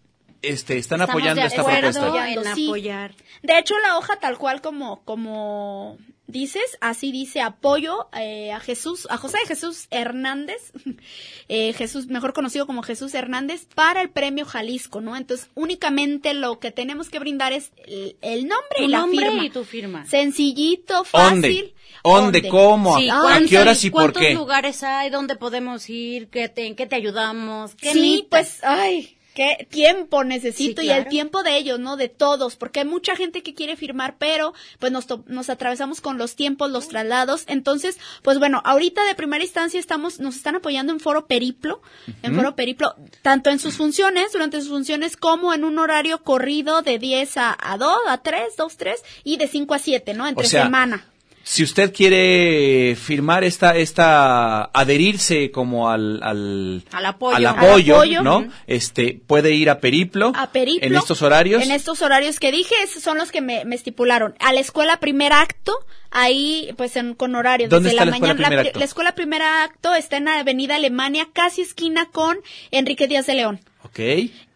B: este, están
C: Estamos
B: apoyando
C: de
B: esta
C: acuerdo
B: propuesta.
C: en
E: Sí.
C: apoyar.
E: De hecho, la hoja tal cual como, como dices, así dice apoyo eh, a Jesús, a José de Jesús Hernández, eh, Jesús, mejor conocido como Jesús Hernández, para el premio Jalisco, ¿no? Entonces, únicamente lo que tenemos que brindar es el, el nombre
C: Tu
E: y la
C: nombre
E: firma.
C: y tu firma.
E: Sencillito, fácil.
B: ¿Dónde? ¿Dónde? ¿Cómo?
E: Ah,
C: Sí,
B: ¿A
C: ¿cuántos-
B: qué horas y por
C: ¿Cuántos
B: qué?
C: lugares hay? ¿Dónde podemos ir? ¿Qué te, ¿En qué te ayudamos? ¿Qué
E: sí,
C: necesitas?
E: pues, ay, qué tiempo necesito
C: Sí,
E: y el
C: claro.
E: tiempo de ellos, ¿no? De todos, porque hay mucha gente que quiere firmar, pero pues nos, to- nos atravesamos con los tiempos, los traslados. Entonces, pues bueno, ahorita de primera instancia estamos, nos están apoyando en Foro Periplo, en Foro Periplo, tanto en sus funciones, durante sus funciones, como en un horario corrido de 10 a, a 2, a 3, 2, 3 y de 5 a 7, ¿no? Entre
B: O sea,
E: semana.
B: si usted quiere firmar esta, esta, adherirse como al, al,
C: Al apoyo.
B: al
C: Al
B: apoyo,
E: apoyo,
B: ¿no?
E: ujú.
B: Este, puede ir a Periplo.
E: a periplo.
B: En estos horarios.
E: En estos horarios que dije, esos son los que me, me estipularon. A la escuela primer acto, ahí pues en, con horarios.
B: ¿Dónde
E: desde
B: está
E: la,
B: la escuela
E: mañana.
B: primer
E: pri-
B: acto?
E: la escuela primer acto está en Avenida Alemania, casi esquina con Enrique Díaz de León.
B: Ok.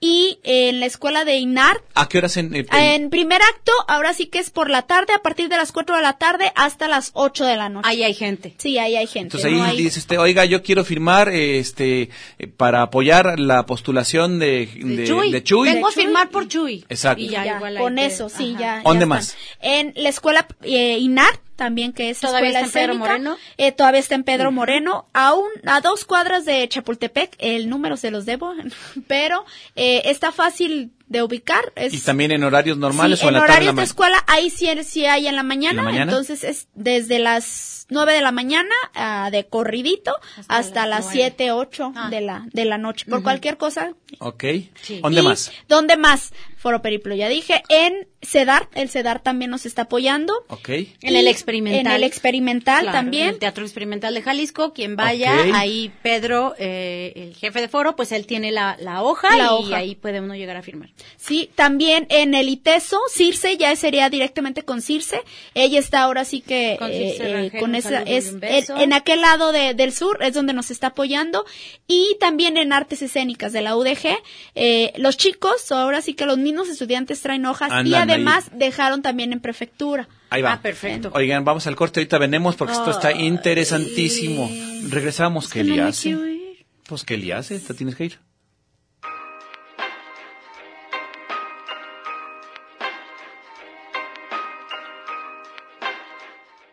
E: Y en la escuela de INAR,
B: ¿A qué horas en, eh,
E: Ah, en primer acto, ahora sí que es por la tarde, a partir de las 4 de la tarde hasta las 8 de la noche.
C: Ahí hay gente.
E: Sí, ahí hay gente.
B: Entonces ahí
E: ¿no? Ahí-
B: dice usted, oiga, yo quiero firmar eh, este eh, para apoyar la postulación de, de,
C: De Chuy.
B: de Chuy.
C: Vengo a
E: De Chuy.
C: firmar por Chuy.
B: Exacto.
C: Y ya,
E: Ya,
C: igual hay
E: con
C: que-
E: eso, sí,
C: ajá.
E: ya.
B: ¿Dónde
E: ya
B: más?
E: están. En la escuela eh, INAR, también que es
C: ¿Todavía
E: escuela
C: está en Pedro
E: escénica.
C: Moreno?
E: Eh, todavía está en Pedro Moreno, a, un, a dos cuadras de Chapultepec, el número se los debo, pero eh, está fácil de ubicar. Es,
B: Y también en horarios normales
E: Sí,
B: o en la tarde.
E: horarios
B: en la ma-
E: de escuela, ahí sí, sí hay en la, mañana,
B: ¿En la mañana?
E: entonces es desde las 9 de la mañana ah, de corridito hasta, las,
C: nueve. Ah.
E: 7, 8 de, la, de la noche. Por cualquier cosa,
B: Ok.
C: Sí.
B: ¿Dónde
E: ¿Y
B: más?
E: ¿Dónde más? Foro Periplo, ya dije. En CEDAR, el CEDAR también nos está apoyando.
B: Ok.
C: En el experimental.
E: En el experimental
C: Claro, en
E: también.
C: el Teatro Experimental de Jalisco, quien vaya,
B: Ok.
C: ahí Pedro, eh, el jefe de foro, pues él tiene la, la hoja
E: La
C: y
E: hoja.
C: ahí puede uno llegar a firmar.
E: Sí, también en el ITESO, Circe, ya sería directamente con Circe. Ella está ahora sí que
C: Con
E: eh,
C: Circe
E: eh,
C: Rangel,
E: con
C: un
E: esa,
C: saludo y
E: es
C: un
E: en,
C: beso.
E: en aquel lado de- del sur es donde nos está apoyando. Y también en artes escénicas de la UDG. eh, los chicos, ahora sí que los mismos estudiantes traen hojas y
B: Andan ahí.
E: además dejaron también en prefectura.
B: Ahí va.
C: Ah, perfecto.
B: Oigan, vamos al corte, ahorita venemos porque esto está interesantísimo. Regresamos, ¿qué le hace? Pues, ¿qué le hace? Te tienes que ir.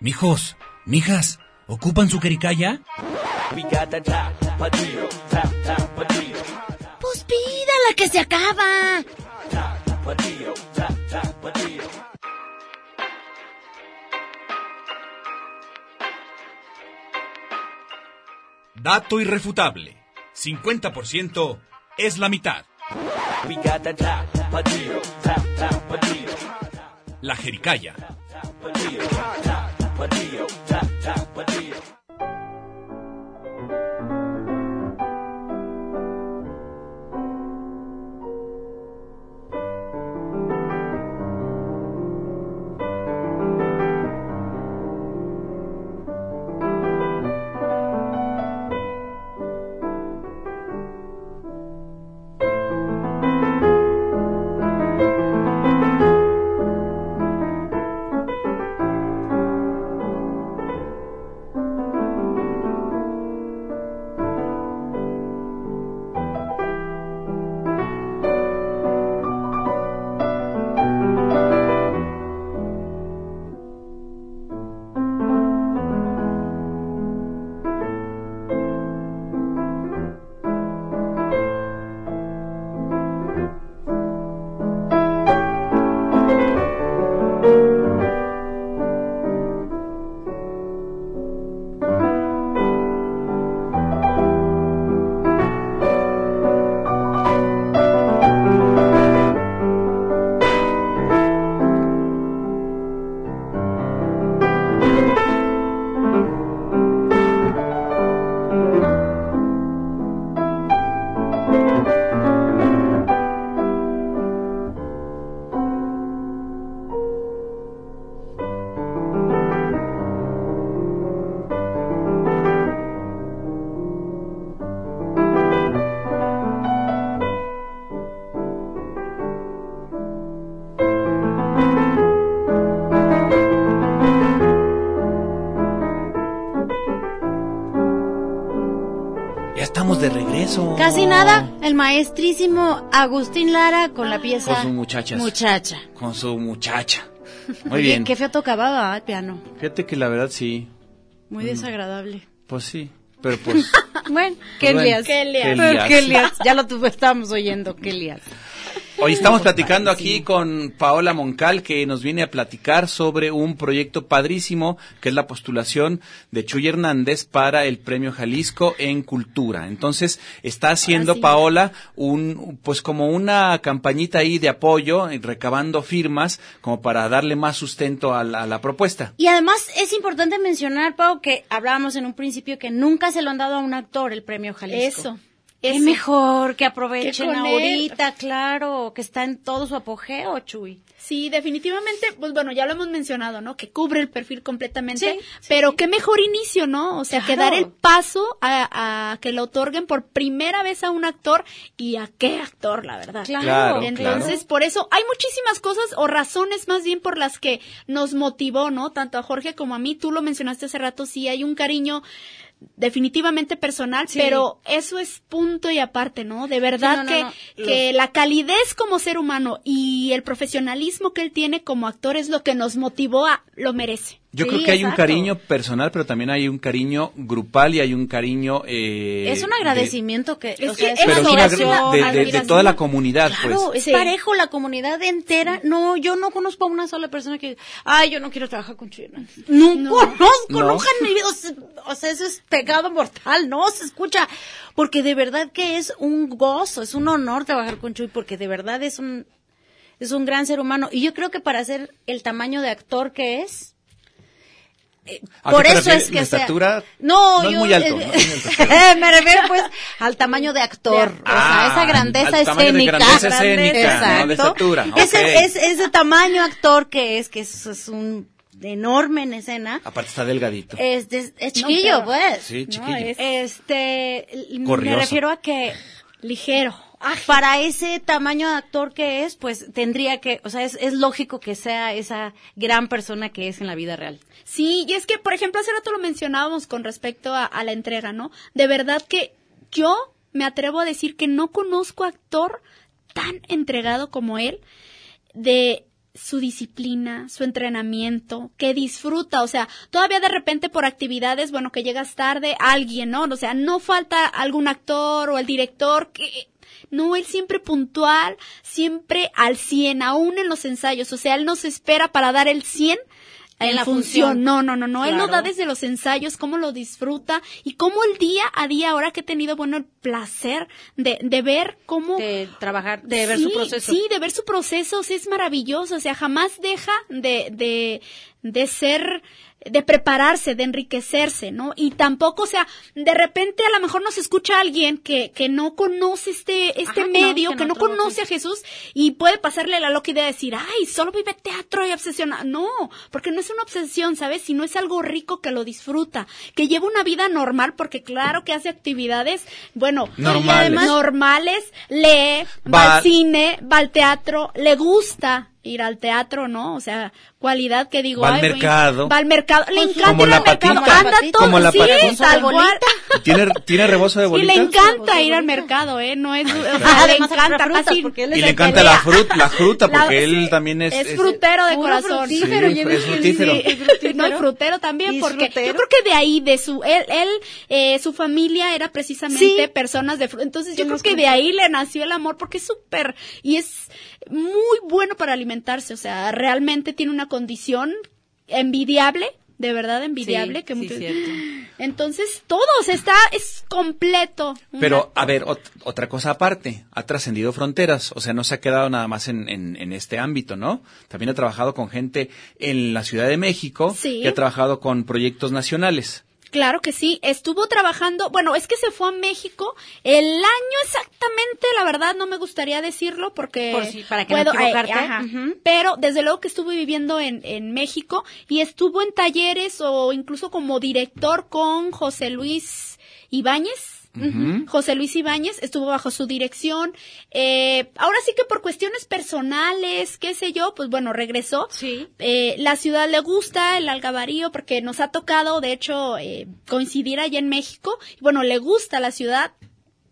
D: Mijos, mijas, ¿ocupan su jericaya?
G: Pues pídala que se acaba.
D: Dato irrefutable. 50% es la mitad. La jericaya.
B: Ya estamos de regreso.
C: Casi nada, el maestrísimo Agustín Lara con la pieza
B: Con sus muchachas.
C: Muchacha.
B: Con su muchacha. Muy
C: Oye,
B: bien.
C: Qué feo tocaba ¿verdad? el piano.
B: Fíjate que la verdad sí.
C: Muy
B: Mm.
C: desagradable.
B: Pues sí. Pero pues.
C: Bueno, qué
B: Bueno,
C: lías.
B: qué lías.
C: Qué lías. Ya lo tuve, estábamos oyendo, qué lías.
B: Hoy estamos
C: pues,
B: platicando aquí con Paola Moncal que nos viene a platicar sobre un proyecto padrísimo que es la postulación de Chuy Hernández para el Premio Jalisco en Cultura. Entonces está haciendo
E: sí.
B: Paola un pues como una campañita ahí de apoyo y recabando firmas como para darle más sustento a la, a la propuesta.
C: Y además es importante mencionar, Pau, que hablábamos en un principio que nunca se lo han dado a un actor el premio Jalisco.
E: Eso.
C: Es
E: eso.
C: mejor que
E: Que
C: aprovechen
E: con él.
C: ahorita, claro, que está en todo su apogeo, Chuy.
E: Sí, definitivamente, pues bueno, ya lo hemos mencionado, ¿no? Que cubre el perfil completamente,
C: Sí, sí,
E: pero qué mejor inicio, ¿no? O sea, que dar
C: Claro.
E: el paso a, a que lo otorguen por primera vez a un actor y a qué actor, la verdad.
B: Claro,
E: Entonces, por eso hay muchísimas cosas o razones más bien por las que nos motivó, ¿no? Tanto a Jorge como a mí, tú lo mencionaste hace rato, sí, hay un cariño definitivamente personal,
C: Sí.
E: pero eso es punto y aparte, ¿no? De verdad
C: Sí, no, no,
E: que,
C: no.
E: que la calidez como ser humano y el profesionalismo que él tiene como actor es lo que nos motivó a lo merece.
B: Yo
C: Sí,
B: creo que hay un
C: exacto.
B: cariño personal, pero también hay un cariño grupal y hay un cariño... eh,
C: es un
B: de-
C: agradecimiento que, o
E: es-
C: sea,
E: es
C: es
B: pero
C: una
B: sí una gr-
C: admiración.
B: de, de- de
E: admiración.
B: toda la comunidad, pues.
C: Claro, es
E: Sí.
C: parejo la comunidad entera. No, yo no conozco a una sola persona que, ay, yo no quiero trabajar con Chuy Hernández. No, conozco,
B: No.
C: nunca en mi vida. O sea, o sea, eso es pecado mortal, no se escucha. Porque de verdad que es un gozo, es un honor trabajar con Chuy, porque de verdad es un, es un gran ser humano. Y yo creo que para ser el tamaño de actor que es, eh,
B: ¿A
C: por
B: qué te
C: eso
B: refieres?
C: es que
B: ¿La
C: sea-
B: estatura?
C: no,
B: No es
C: yo,
B: muy alto,
C: eh,
B: no es muy alto,
C: me refiero pues al tamaño de actor, o
B: Ah,
C: sea, esa grandeza
B: al tamaño de
C: escénica,
B: grandeza escénica,
C: Exacto.
B: no de estatura, ok.
C: Ese, es- ese tamaño actor que es, que es, es un enorme en escena,
B: Aparte está delgadito.
C: es, de- es chiquillo,
E: pero-
C: pues.
B: sí,
E: Eh, no,
B: chiquillo.
E: es-
C: Este, l-
B: Corrioso.
C: me refiero a que
E: Ligero.
C: para ese tamaño de actor que es, pues tendría que, o sea, es, es lógico que sea esa gran persona que es en la vida real.
E: Sí, y es que, por ejemplo, hace rato lo mencionábamos con respecto a, a la entrega, ¿no? De verdad que yo me atrevo a decir que no conozco actor tan entregado como él de su disciplina, su entrenamiento, que disfruta, o sea, todavía de repente por actividades, bueno, que llegas tarde, alguien, ¿no? O sea, no falta algún actor o el director que... No, él siempre puntual, siempre al 100, aún en los ensayos, o sea, él nos espera para dar el 100 en, la función. No, no, no, no. Él lo
C: Claro.
E: da desde los ensayos, cómo lo disfruta y cómo el día a día, ahora que he tenido, bueno, el placer de, de ver cómo...
C: De trabajar, de ver
E: Sí,
C: su proceso.
E: Sí, de ver su proceso, o sea, es maravilloso, o sea, jamás deja de, de, de ser, de prepararse, de enriquecerse, ¿no? Y tampoco, o sea, de repente a lo mejor nos escucha alguien que, que no conoce este, este
C: Ajá, que no,
E: medio,
C: que
E: que no,
C: no trabaja.
E: conoce a Jesús y puede pasarle la loca idea de decir, ay, solo vive teatro y obsesiona. No, porque no es una obsesión, ¿sabes? Sino es algo rico que lo disfruta, que lleva una vida normal, porque claro que hace actividades, bueno, y
B: Normales.
E: además normales, lee,
B: Va-
E: va al cine, va al teatro, le gusta ir al teatro, ¿no? O sea, cualidad que digo,
B: Va al
E: ay, güey,
B: mercado.
E: va al mercado, le
C: Con su-
E: encanta
B: Como
E: ir
B: la
E: al mercado,
B: patita.
E: anda todo,
B: Como la
E: sí,
B: patita.
E: tal cual.
B: ¿Tiene, ¿Tiene rebozo de
E: Y le
B: bolitas?
E: encanta ir al mercado, ¿eh? No es, o sea, le
C: Además,
E: encanta,
C: frutas,
E: casi-
C: porque él
B: Y
C: es
B: le
C: el
B: encanta
C: que
B: la,
C: lea.
B: fruta, la fruta,
E: La-
B: porque él
E: sí,
B: también es...
E: es frutero de
C: Puro
E: corazón.
B: Sí,
C: frutífero, ya ves
B: es
C: que él
B: frutífero.
C: dice- es
E: No, y frutero también,
C: Y
E: porque yo
C: frutero.
E: creo que de ahí, de su, él, él, eh, su familia era precisamente
C: Sí.
E: personas de fruta. Entonces
C: Sí,
E: yo creo
C: los
E: que
C: frutos.
E: de ahí le nació el amor, porque es súper, y es muy bueno para alimentarse, o sea, realmente tiene una condición envidiable, de verdad envidiable,
C: Sí,
E: que
C: sí,
E: muchos-
C: cierto.
E: Entonces, todo, o sea, está, es completo. Una-
B: Pero, a ver, ot- otra cosa aparte, ha trascendido fronteras, o sea, no se ha quedado nada más en, en- en este ámbito, ¿no? También ha trabajado con gente en la Ciudad de México
E: Sí.
B: y ha trabajado con proyectos nacionales.
E: Claro que sí, estuvo trabajando, bueno, es que se fue a México el año exactamente, la verdad no me gustaría decirlo porque
C: Por si- para que no
E: ay,
C: equivocarte.
E: ajá.
C: Ujú.
E: Pero desde luego que estuve viviendo en, en México y estuvo en talleres o incluso como director con José Luis Ibáñez. José Luis Ibáñez estuvo bajo su dirección. Eh, ahora sí que por cuestiones personales, qué sé yo, pues bueno, regresó.
C: Sí.
E: Eh, la ciudad le gusta, el algabarío, porque nos ha tocado, de hecho, eh, coincidir allá en México. Y Bueno, le gusta la ciudad.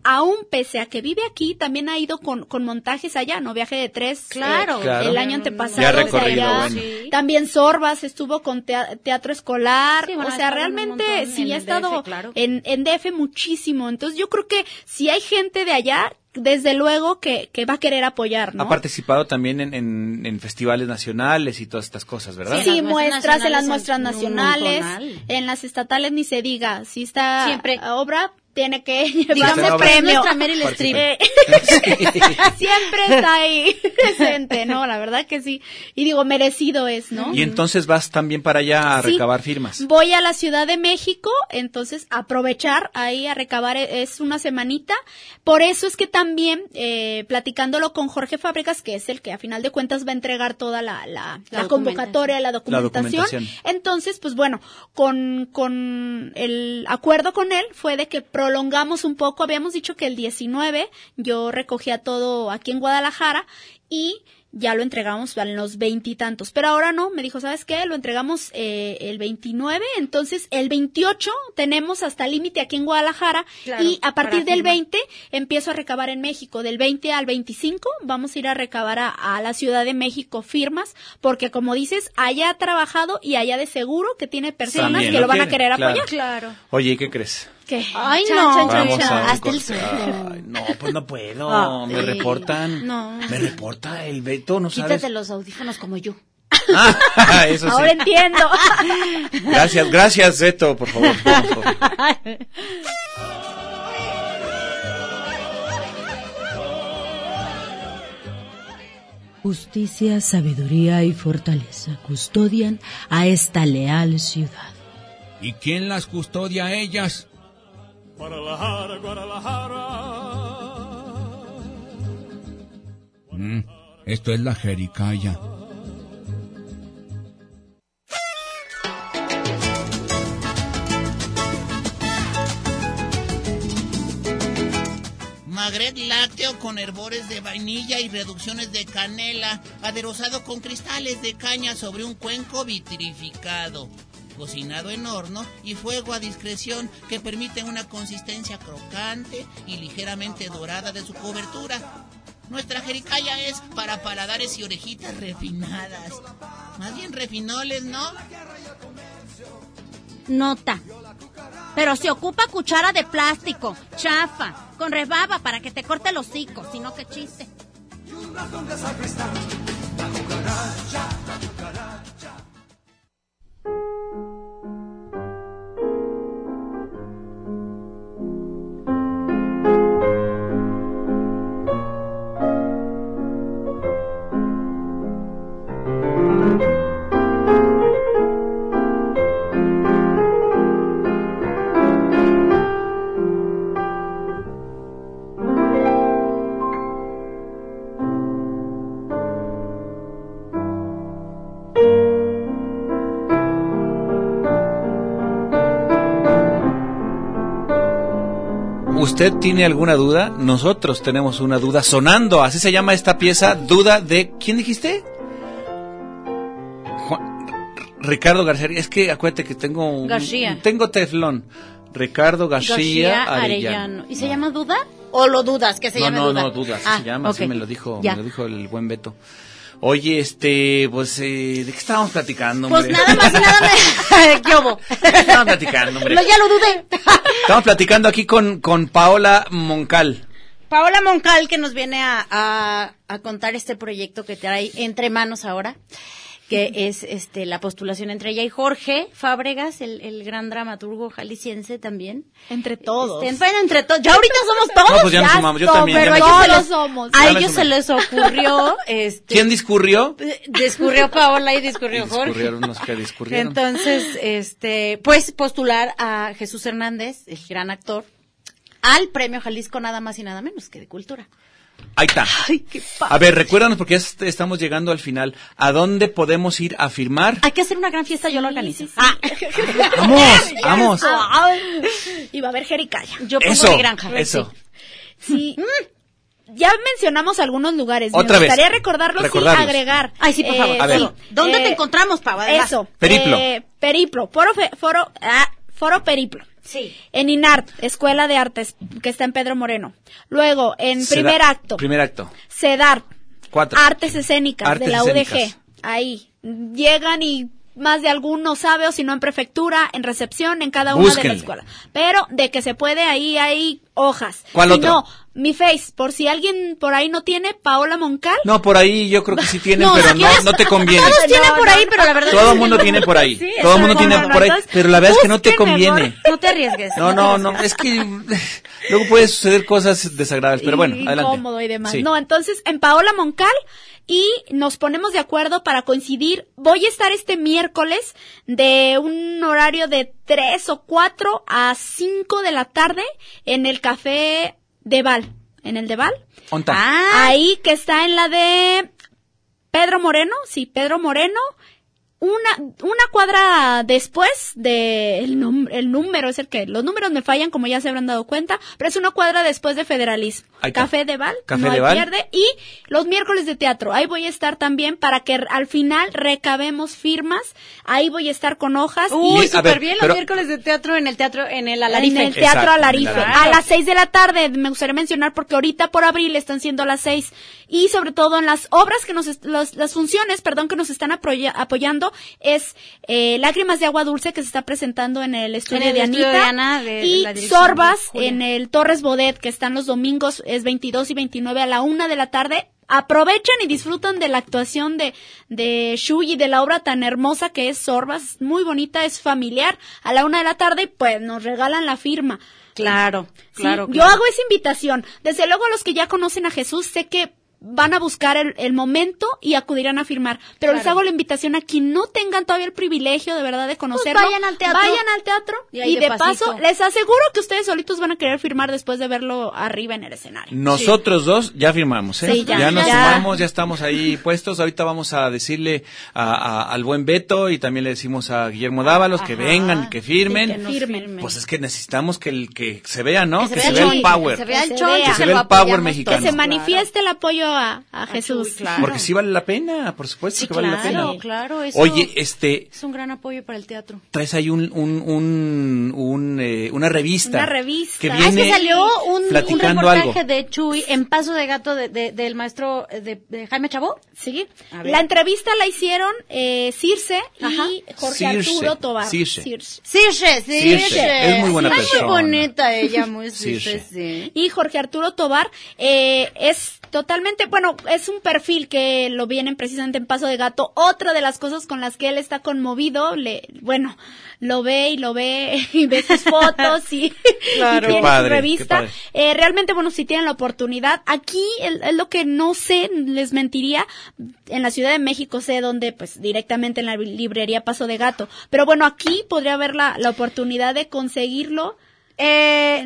E: Aún pese a que vive aquí, también ha ido con, con montajes allá, ¿no? Viaje de tres. eh,
C: Claro.
B: Claro.
E: El
C: No,
E: año
C: no, no.
E: antepasado.
B: Ya
E: o sea,
B: recorrido,
E: ya-
B: bueno.
C: Sí.
E: También Sorbas estuvo con tea- teatro escolar.
C: Sí, bueno,
E: o
C: ha
E: sea,
C: estado en un
E: realmente
C: montón,
E: sí
C: en
E: ha
C: el
E: estado
C: DF, claro.
E: en, en DF muchísimo. Entonces yo creo que si hay gente de allá desde luego que, que va a querer apoyar, ¿no?
B: Ha participado también en, en- en festivales nacionales y todas estas cosas, ¿verdad?
C: Sí,
E: Sí,
C: en las
E: muestras, en las
C: muestras
E: muestras
C: nacionales,
E: nacionales,
C: un montonal.
E: en las estatales ni se diga, si esta
C: Siempre.
E: obra tiene que
C: Digamos,
E: llevarse
B: Esta obra.
C: es
E: premio.
C: nuestra Meryl Streep.
E: Eh, siempre está ahí presente, ¿no? La verdad que sí. Y digo, merecido es, ¿no?
B: Y entonces vas también para allá a
E: Sí.
B: recabar firmas.
E: Voy a la Ciudad de México, entonces aprovechar ahí a recabar eh, es una semanita. Por eso es que también eh, platicándolo con Jorge Fábricas, que es el que a final de cuentas va a entregar toda la, la,
C: La
E: la convocatoria, la documentación.
B: documentación.
E: Entonces, pues bueno, con, con el acuerdo con él fue de que prolongamos un poco. Habíamos dicho que el 19 yo recogía todo aquí en Guadalajara y ya lo entregamos a los veintitantos. Pero ahora no, me dijo, ¿sabes qué? Lo entregamos eh, el 29, entonces el 28 tenemos hasta límite aquí en Guadalajara
C: Claro,
E: y a partir
C: para
E: del
C: firmar.
E: 20 empiezo a recabar en México. Del 20 al 25 vamos a ir a recabar a, a la Ciudad de México firmas porque como dices, allá ha trabajado y allá de seguro que tiene personas
B: También
E: que
B: lo
E: lo van a
B: tiene,
E: querer
B: claro.
E: apoyar.
C: Claro.
B: Oye, ¿y qué crees?
E: ¿Qué?
C: Ay,
E: Chan,
C: no.
E: chan, chan,
B: Vamos
E: chan.
B: a un
G: hasta el
B: corte.
G: suelo.
B: Ay, No, pues no puedo. Me
C: Ay,
B: reportan.
C: no.
B: Me reporta el Beto, no sabes.
C: Quítate los audífonos como yo.
B: Ah, eso sí.
E: Ahora entiendo.
B: Gracias, gracias, Beto, por favor. por favor.
I: Justicia, sabiduría y fortaleza custodian a esta leal ciudad.
D: ¿Y quién las custodia a ellas? Mm, esto es la jericaya.
J: Magret lácteo con herbores de vainilla y reducciones de canela, aderezado con cristales de caña sobre un cuenco vitrificado. Cocinado en horno y fuego a discreción que permite una consistencia crocante y ligeramente dorada de su cobertura. Nuestra jericaya es para paladares y orejitas refinadas. Más bien refinoles, ¿no?
C: Nota. Pero se ocupa cuchara de plástico, chafa, con rebaba para que te corte el hocico, sino que chiste.
B: ¿Usted tiene alguna duda? Nosotros tenemos una duda sonando. Así se llama esta pieza, duda de... ¿Quién dijiste? Juan- Ricardo García. Es que acuérdate que tengo... un-
C: García.
B: Tengo teflón. Ricardo García, Arellano.
C: ¿Y se llama duda? ¿O lo dudas que se
B: no,
C: llama
B: no,
C: duda?
B: no, duda. Así
C: Ah,
B: se llama, así
C: ok.
B: me lo dijo,
C: Ya.
B: me lo dijo el buen Beto. Oye, este, pues, eh, ¿de qué estábamos platicando,
C: Pues
B: hombre?
C: nada más y nada menos. ¿Qué hubo?
B: Estábamos platicando, hombre.
C: Lo- ya lo dudé.
B: Estamos platicando aquí con, con Paola Moncal.
C: Paola Moncal que nos viene a, a- a contar este proyecto que trae entre manos ahora, que es este la postulación entre ella y Jorge Fábregas, el, el gran dramaturgo jalisciense también.
E: Entre todos.
C: Este, bueno, entre todos. Ya ahorita somos todos.
B: No, pues ya nos sumamos, yo
C: somos,
B: también,
C: pero
B: ya
C: a
E: me
C: ellos
E: sumé.
C: se les-
E: Todos somos.
B: Ya
C: A
B: me
C: ellos se
B: sumé.
C: les ocurrió, este,
B: ¿Quién discurrió?
C: eh, discurrió Paola y discurrió Jorge.
B: Discurrieron los que discurrieron.
C: Entonces, este, pues postular a Jesús Hernández, el gran actor, al Premio Jalisco nada más y nada menos que de cultura.
B: Ahí está.
C: Ay, qué
B: A ver, recuérdanos porque ya est- estamos llegando al final. ¿A dónde podemos ir a firmar?
C: Hay que hacer una gran fiesta, yo lo organizo. Ah,
B: Vamos, vamos.
E: Y va a haber jericaya.
C: yo pongo
B: Eso,
C: mi granja.
B: eso.
E: Sí. Mm, Ya mencionamos algunos lugares.
B: Otra
E: Me
B: vez.
E: gustaría recordarlos y
B: Recordarlos.
E: agregar.
C: Ay, sí, por
E: Eh,
C: favor.
B: A ver.
C: sí. ¿Dónde te
E: Eh,
C: encontramos, Pau? Además?
E: Eso.
B: Periplo.
E: Eh, periplo. Foro, fe- foro, ah, foro Periplo.
C: Sí.
E: En INART, Escuela de Artes, que está en Pedro Moreno. Luego, en
B: Seda-
E: primer acto,
B: Primer acto.
E: CEDAR,
B: Cuatro.
E: Artes Escénicas
B: Artes
E: de la
B: Escénicas.
E: UDG. Ahí. Llegan y más de alguno sabe o si no en prefectura, en recepción, en cada una de
B: Búsquenle.
E: las escuelas. Pero de que se puede, ahí hay hojas.
B: ¿Cuál
E: Si
B: otro?
E: No, mi face, por si alguien por ahí no tiene, Paola Moncal.
B: No, por ahí yo creo que sí tienen,
E: No,
B: pero
E: si
B: no,
E: quieres-
B: no te conviene.
E: Todos tienen por ahí, pero la verdad
B: Todo
E: es
B: el
E: que-
B: mundo tiene por ahí.
E: Sí,
B: Todo el
E: está
B: mundo tiene
E: bueno,
B: por ahí.
E: entonces,
B: Pero la verdad es que no te
E: búsquenme,
B: conviene.
C: No te arriesgues.
B: No, no, no. Es que luego puede suceder cosas desagradables. Pero bueno,
E: y
B: adelante.
E: incómodo y demás.
B: Sí.
E: No, entonces en Paola Moncal y nos ponemos de acuerdo para coincidir. Voy a estar este miércoles de un horario de 3 o 4 a 5 de la tarde en el café de Val, en el de Val.
B: Onta.
E: Ahí que está en la de Pedro Moreno, sí, Pedro Moreno. Una, una cuadra después de el, num- el número, es el que los números me fallan como ya se habrán dado cuenta, pero es una cuadra después de Federalismo.
B: Ahí está.
E: Café de Val,
B: Café
E: no
B: de
E: hay
B: Val.
E: pierde. Y los miércoles de teatro, ahí voy a estar también para que al final recabemos firmas, ahí voy a estar con hojas.
C: Uy,
E: y-
C: súper bien los miércoles de teatro en el teatro, en el Alarife.
E: en el Teatro
C: Exacto,
E: Alarife.
C: en el
E: A las 6 de la tarde, me gustaría mencionar porque ahorita por abril están siendo las 6. Y sobre todo en las obras que nos, est- las, las funciones, perdón, que nos están aproya- apoyando es eh, Lágrimas de Agua Dulce que se está presentando en el estudio
C: En el
E: de
C: estudio
E: Anita.
C: de Ana, de
E: y
C: la dirección de
E: Sorbas
C: Julia.
E: en el Torres Bodet que están los domingos, es 22 y 29 a la 1 de la tarde. Aprovechen y disfrutan de la actuación de, de Shuy y de la obra tan hermosa que es Sorbas. Muy bonita, es familiar. A la una de la tarde, pues nos regalan la firma.
C: Claro,
E: Sí,
C: claro.
E: Yo hago esa invitación. Desde luego a los que ya conocen a Jesús, sé que van a buscar el, el momento y acudirán a firmar. Pero
C: Claro.
E: les
C: Pues
E: hago la invitación a quien no tengan todavía el privilegio de verdad de conocerlo.
C: vayan al teatro.
E: Vayan al teatro
C: Y
E: y,
C: ahí de
E: de paso
C: pasito.
E: les aseguro que ustedes solitos van a querer firmar después de verlo arriba en el escenario.
B: Nosotros dos ya firmamos, ¿eh?
E: Sí, ya.
B: nos
E: Ya.
B: sumamos, ya estamos ahí puestos. Ahorita vamos a decirle a- a- al buen Beto y también le decimos a Guillermo Dávalos que vengan, que firmen.
E: Sí, que nos firmen.
B: Pues es que necesamos que el que se vea, ¿no?
E: Que se vea el
B: el
E: chon,
B: power.
E: que se vea el chon,
B: Que
E: que
B: se
E: se
B: vea
E: lo
B: el power
E: apoyamos
B: mexicano.
E: Que se manifieste el apoyo a, a Jesús.
B: Porque sí vale la pena, por supuesto que vale la pena.
C: Claro, claro. Eso
B: Oye, este,
C: es un gran apoyo para el teatro.
B: traes ahí un, un, un, un, eh, una revista.
C: Una revista.
B: Que
C: Ah, es que
B: viene
C: salió un, un
B: platicando
C: reportaje
B: algo.
C: de Chuy en Paso de Gato de- de- del maestro eh, de, de Jaime Chabó.
E: Sí.
C: A ver.
E: La entrevista la hicieron eh, Circe y Jorge
B: Circe,
E: Arturo Tobar.
B: Circe.
C: Circe,
B: Circe, es muy buena
C: Ay,
B: persona.
C: muy bonita ella, muy
B: Circe.
C: Circe, sí.
E: Y Jorge Arturo Tobar eh, es totalmente, bueno, es un perfil que lo vienen precisamente en Paso de Gato. Otra de las cosas con las que él está conmovido, le, bueno, lo ve y lo ve y ve sus fotos y, y
B: Claro. Qué
E: tiene
B: padre,
E: su
B: qué
E: revista.
B: padre.
E: Eh, realmente, bueno, si tienen la oportunidad, aquí el- es lo que no sé, les mentiría, en la Ciudad de México sé dónde, pues directamente en la librería Paso de Gato. Pero bueno, aquí podría haber la, la oportunidad de conseguirlo.
C: Eh,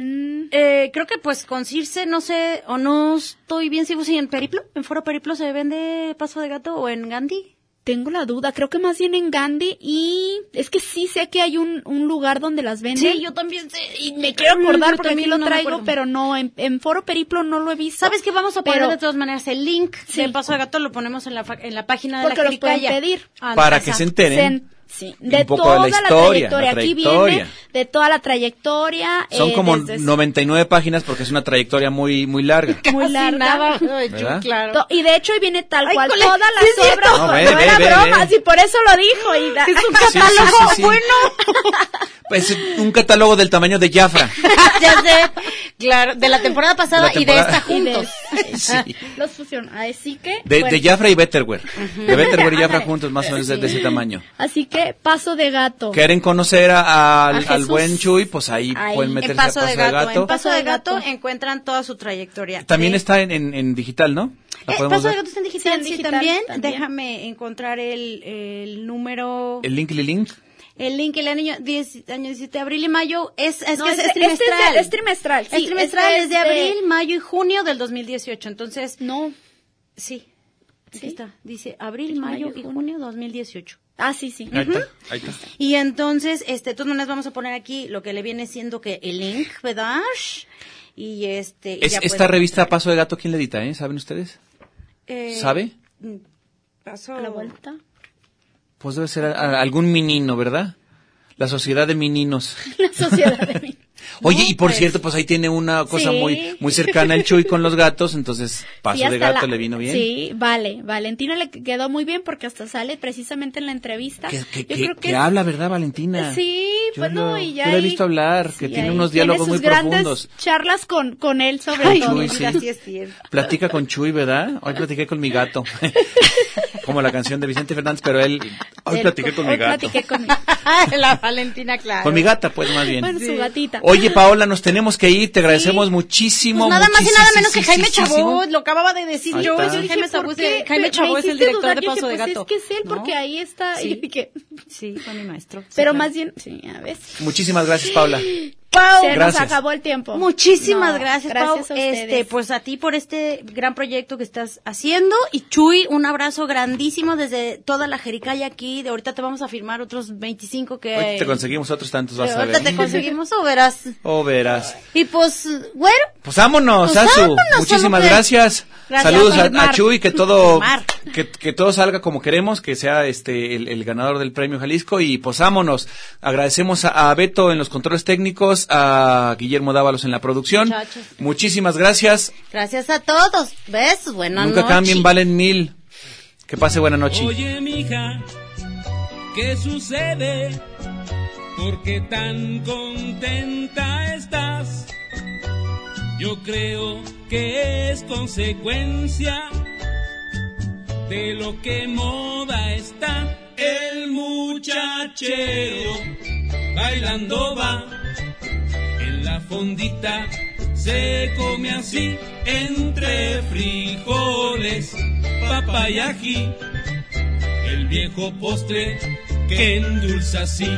C: eh, creo que pues con Circe, no sé, o no estoy bien seguro si en Periplo, en Foro Periplo se vende Paso de Gato o en Gandhi.
E: Tengo la duda, creo que más bien en Gandhi y es que sí sé que hay un, un lugar donde las venden.
C: Sí, yo también sé, y me
E: quiero acordar porque
C: también
E: aquí lo
C: no me
E: traigo,
C: acuerdo.
E: pero no, en, en Foro Periplo no lo he visto.
C: ¿Sabes que Vamos a poner
E: Pero-
C: de todas maneras el link
E: Sí.
C: de Paso de Gato, lo ponemos en la, fa- en la página de
E: Porque
C: la
E: los pueden
C: Jericaya.
E: pedir.
C: Ah,
B: Para
C: no,
B: que
C: esa.
B: se enteren.
E: Sí,
B: ¿eh? un
E: de
B: poco de
E: toda
B: la
E: la,
B: historia,
E: trayectoria.
B: la
E: Aquí
B: trayectoria.
E: viene de toda la trayectoria.
B: Son
E: eh,
B: como
E: desde-
B: 99 páginas porque es una trayectoria muy, muy larga.
E: muy
C: Casi
E: larga.
C: nada. Ay,
B: ¿Verdad?
C: yo, claro.
E: To- Y de hecho ahí viene tal
C: Ay,
E: cual
C: cole-
E: todas las
C: sí, es cierto.
E: obras.
B: No,
E: No,
B: ve, ve,
E: era
B: ve,
E: broma,
B: ve.
E: si por eso lo dijo. Y da-
C: Es un
B: Sí, sí, sí,
C: catálogo
B: sí.
C: bueno.
B: Pues un catálogo del tamaño de Jafra.
C: ya sé. Claro, de la temporada pasada
B: De la temporada-
C: y de esta
E: Y de- eh,
C: juntos.
B: Sí.
E: Los fusionan. Así que.
B: De,
E: bueno.
B: de Jafra y Betterware. De Betterware y Jafra
E: Ándale.
B: juntos, más o menos de, de ese tamaño.
E: Así que paso de gato.
B: Quieren conocer a- al-
E: A
B: al
E: Jesús.
B: buen Chuy, pues ahí,
E: Ahí,
B: pueden
E: en
B: meterse
C: En paso,
B: a
C: de gato, En
B: Gato.
C: paso de gato,
E: Paso de Gato.
C: encuentran toda su trayectoria.
B: También
C: De-
B: está en, en- en digital, ¿no? La
C: Eh,
B: podemos
C: paso de
B: ver.
C: gato está en digital,
E: Sí,
C: sí,
E: en digital
C: también.
E: también.
C: Déjame encontrar el, el número, el,
B: El link, el link.
C: link, el año, 10, año 17 de abril y mayo. Es, es
E: No,
C: que es,
E: este-
C: es
E: este es de-
C: trimestral.
E: es trimestral, sí,
C: es trimestral,
E: este
C: es de
E: es de-
C: abril, mayo y junio del 2018. Entonces,
E: No.
C: sí. Aquí
E: ¿Sí?
C: está. Dice abril,
E: Mayo,
C: mayo y
E: junio.
C: junio 2018.
E: Ah, sí, sí.
B: Ahí está, ahí está.
C: Y entonces, este, de todas maneras vamos a poner aquí lo que le viene siendo que el link, ¿verdad? Y este. y
B: Es-
C: ya
B: esta
C: pueden-
B: revista Paso de Gato, ¿quién la edita, eh? ¿Saben ustedes?
C: Eh,
B: ¿Sabe?
C: Paso.
E: A la vuelta.
B: Pues debe ser a- a- algún menino, ¿verdad? La Sociedad de Meninos.
E: La sociedad de mí.
B: Oye, y por cierto, pues ahí tiene una cosa
E: Sí.
B: muy muy cercana el Chuy con los gatos, entonces paso
E: Sí,
B: de
E: hasta
B: gato
E: la-
B: le vino bien.
E: Sí, vale, Valentina le quedó muy bien porque hasta sale precisamente en la entrevista.
B: Que, que-
E: Yo
B: que-
E: creo
B: que habla, ¿verdad, Valentina?
E: Sí,
B: Yo
E: pues no,
B: lo-
E: y ya
B: yo lo he
E: ahí-
B: visto hablar, que
E: y
B: tiene
E: ahí
B: unos diálogos
E: tiene
B: muy
E: sus grandes
B: profundos.
E: charlas con, con él sobre
B: Ay,
E: todo.
B: Chuy, sí.
E: Mira,
C: es cierto.
B: Platica con Chuy, ¿verdad? Hoy platiqué con mi gato. Como la canción de Vicente Fernández, pero él, hoy
E: Él-
B: platiqué con mi
E: hoy
B: gato.
E: platiqué con mi-
C: la Valentina, claro.
B: Con mi gata, pues más bien.
E: con su gatita.
B: Oye, Paola, nos tenemos que ir. Te agradecemos muchísimo.
C: Pues nada más y nada
B: muchísimo,
C: menos que Jaime
B: muchísimo.
C: Chabot, lo acababa de decir
B: Ahí
C: yo.
B: está.
C: yo dije,
B: Yo dije,
C: Jaime
E: Pues ¿por
C: Chabot,
E: qué?
C: es- Jaime
E: Me-
C: Chabot
E: me
C: es el
E: hiciste
C: director
E: dudar,
C: de
E: yo dije,
C: Paso de
E: pues,
C: Gato.
E: Es que es él,
C: ¿no?
E: porque ahí está.
C: Sí.
E: yo dije,
C: Sí, fue mi maestro. Sí,
E: pero
C: claro.
E: más bien, sí, a veces.
B: Muchísimas gracias, Paola.
C: Pau,
E: Se
B: Gracias.
E: nos acabó el tiempo.
C: Muchísimas
E: No,
C: gracias,
E: gracias
C: Pau.
E: a ustedes.
C: este, pues a ti por este gran proyecto que estás haciendo y Chuy, un abrazo grandísimo desde toda la Jericaya aquí. De ahorita te vamos a firmar otros 25 que
B: Hoy te conseguimos otros tantos, vas a
C: ahorita
B: ver.
C: te conseguimos o verás.
B: Oh, verás.
C: Y pues, bueno,
B: Pues vámonos,
C: Pues
B: Azu.
C: vámonos,
B: Muchísimas
C: hombre.
B: gracias.
C: Gracias,
B: Saludos a,
C: Omar.
B: a Chuy, que todo,
C: Omar.
B: que, que todo salga como queremos, que sea este el, el ganador del premio Jalisco y pues vámonos. Agradecemos a, a Beto en los controles técnicos, a Guillermo Dávalos en la producción.
C: Muchachos.
B: Muchísimas gracias.
C: gracias a todos. Besos, buenas
B: Nunca
C: noches.
B: cambien, valen mil. Que pase buena noche.
K: Oye, mija, ¿qué sucede? ¿Por qué tan contenta estás? Yo creo que es consecuencia de lo que moda está. El muchachero bailando va en la fondita. Se come así entre frijoles, papayají el viejo postre que endulza así.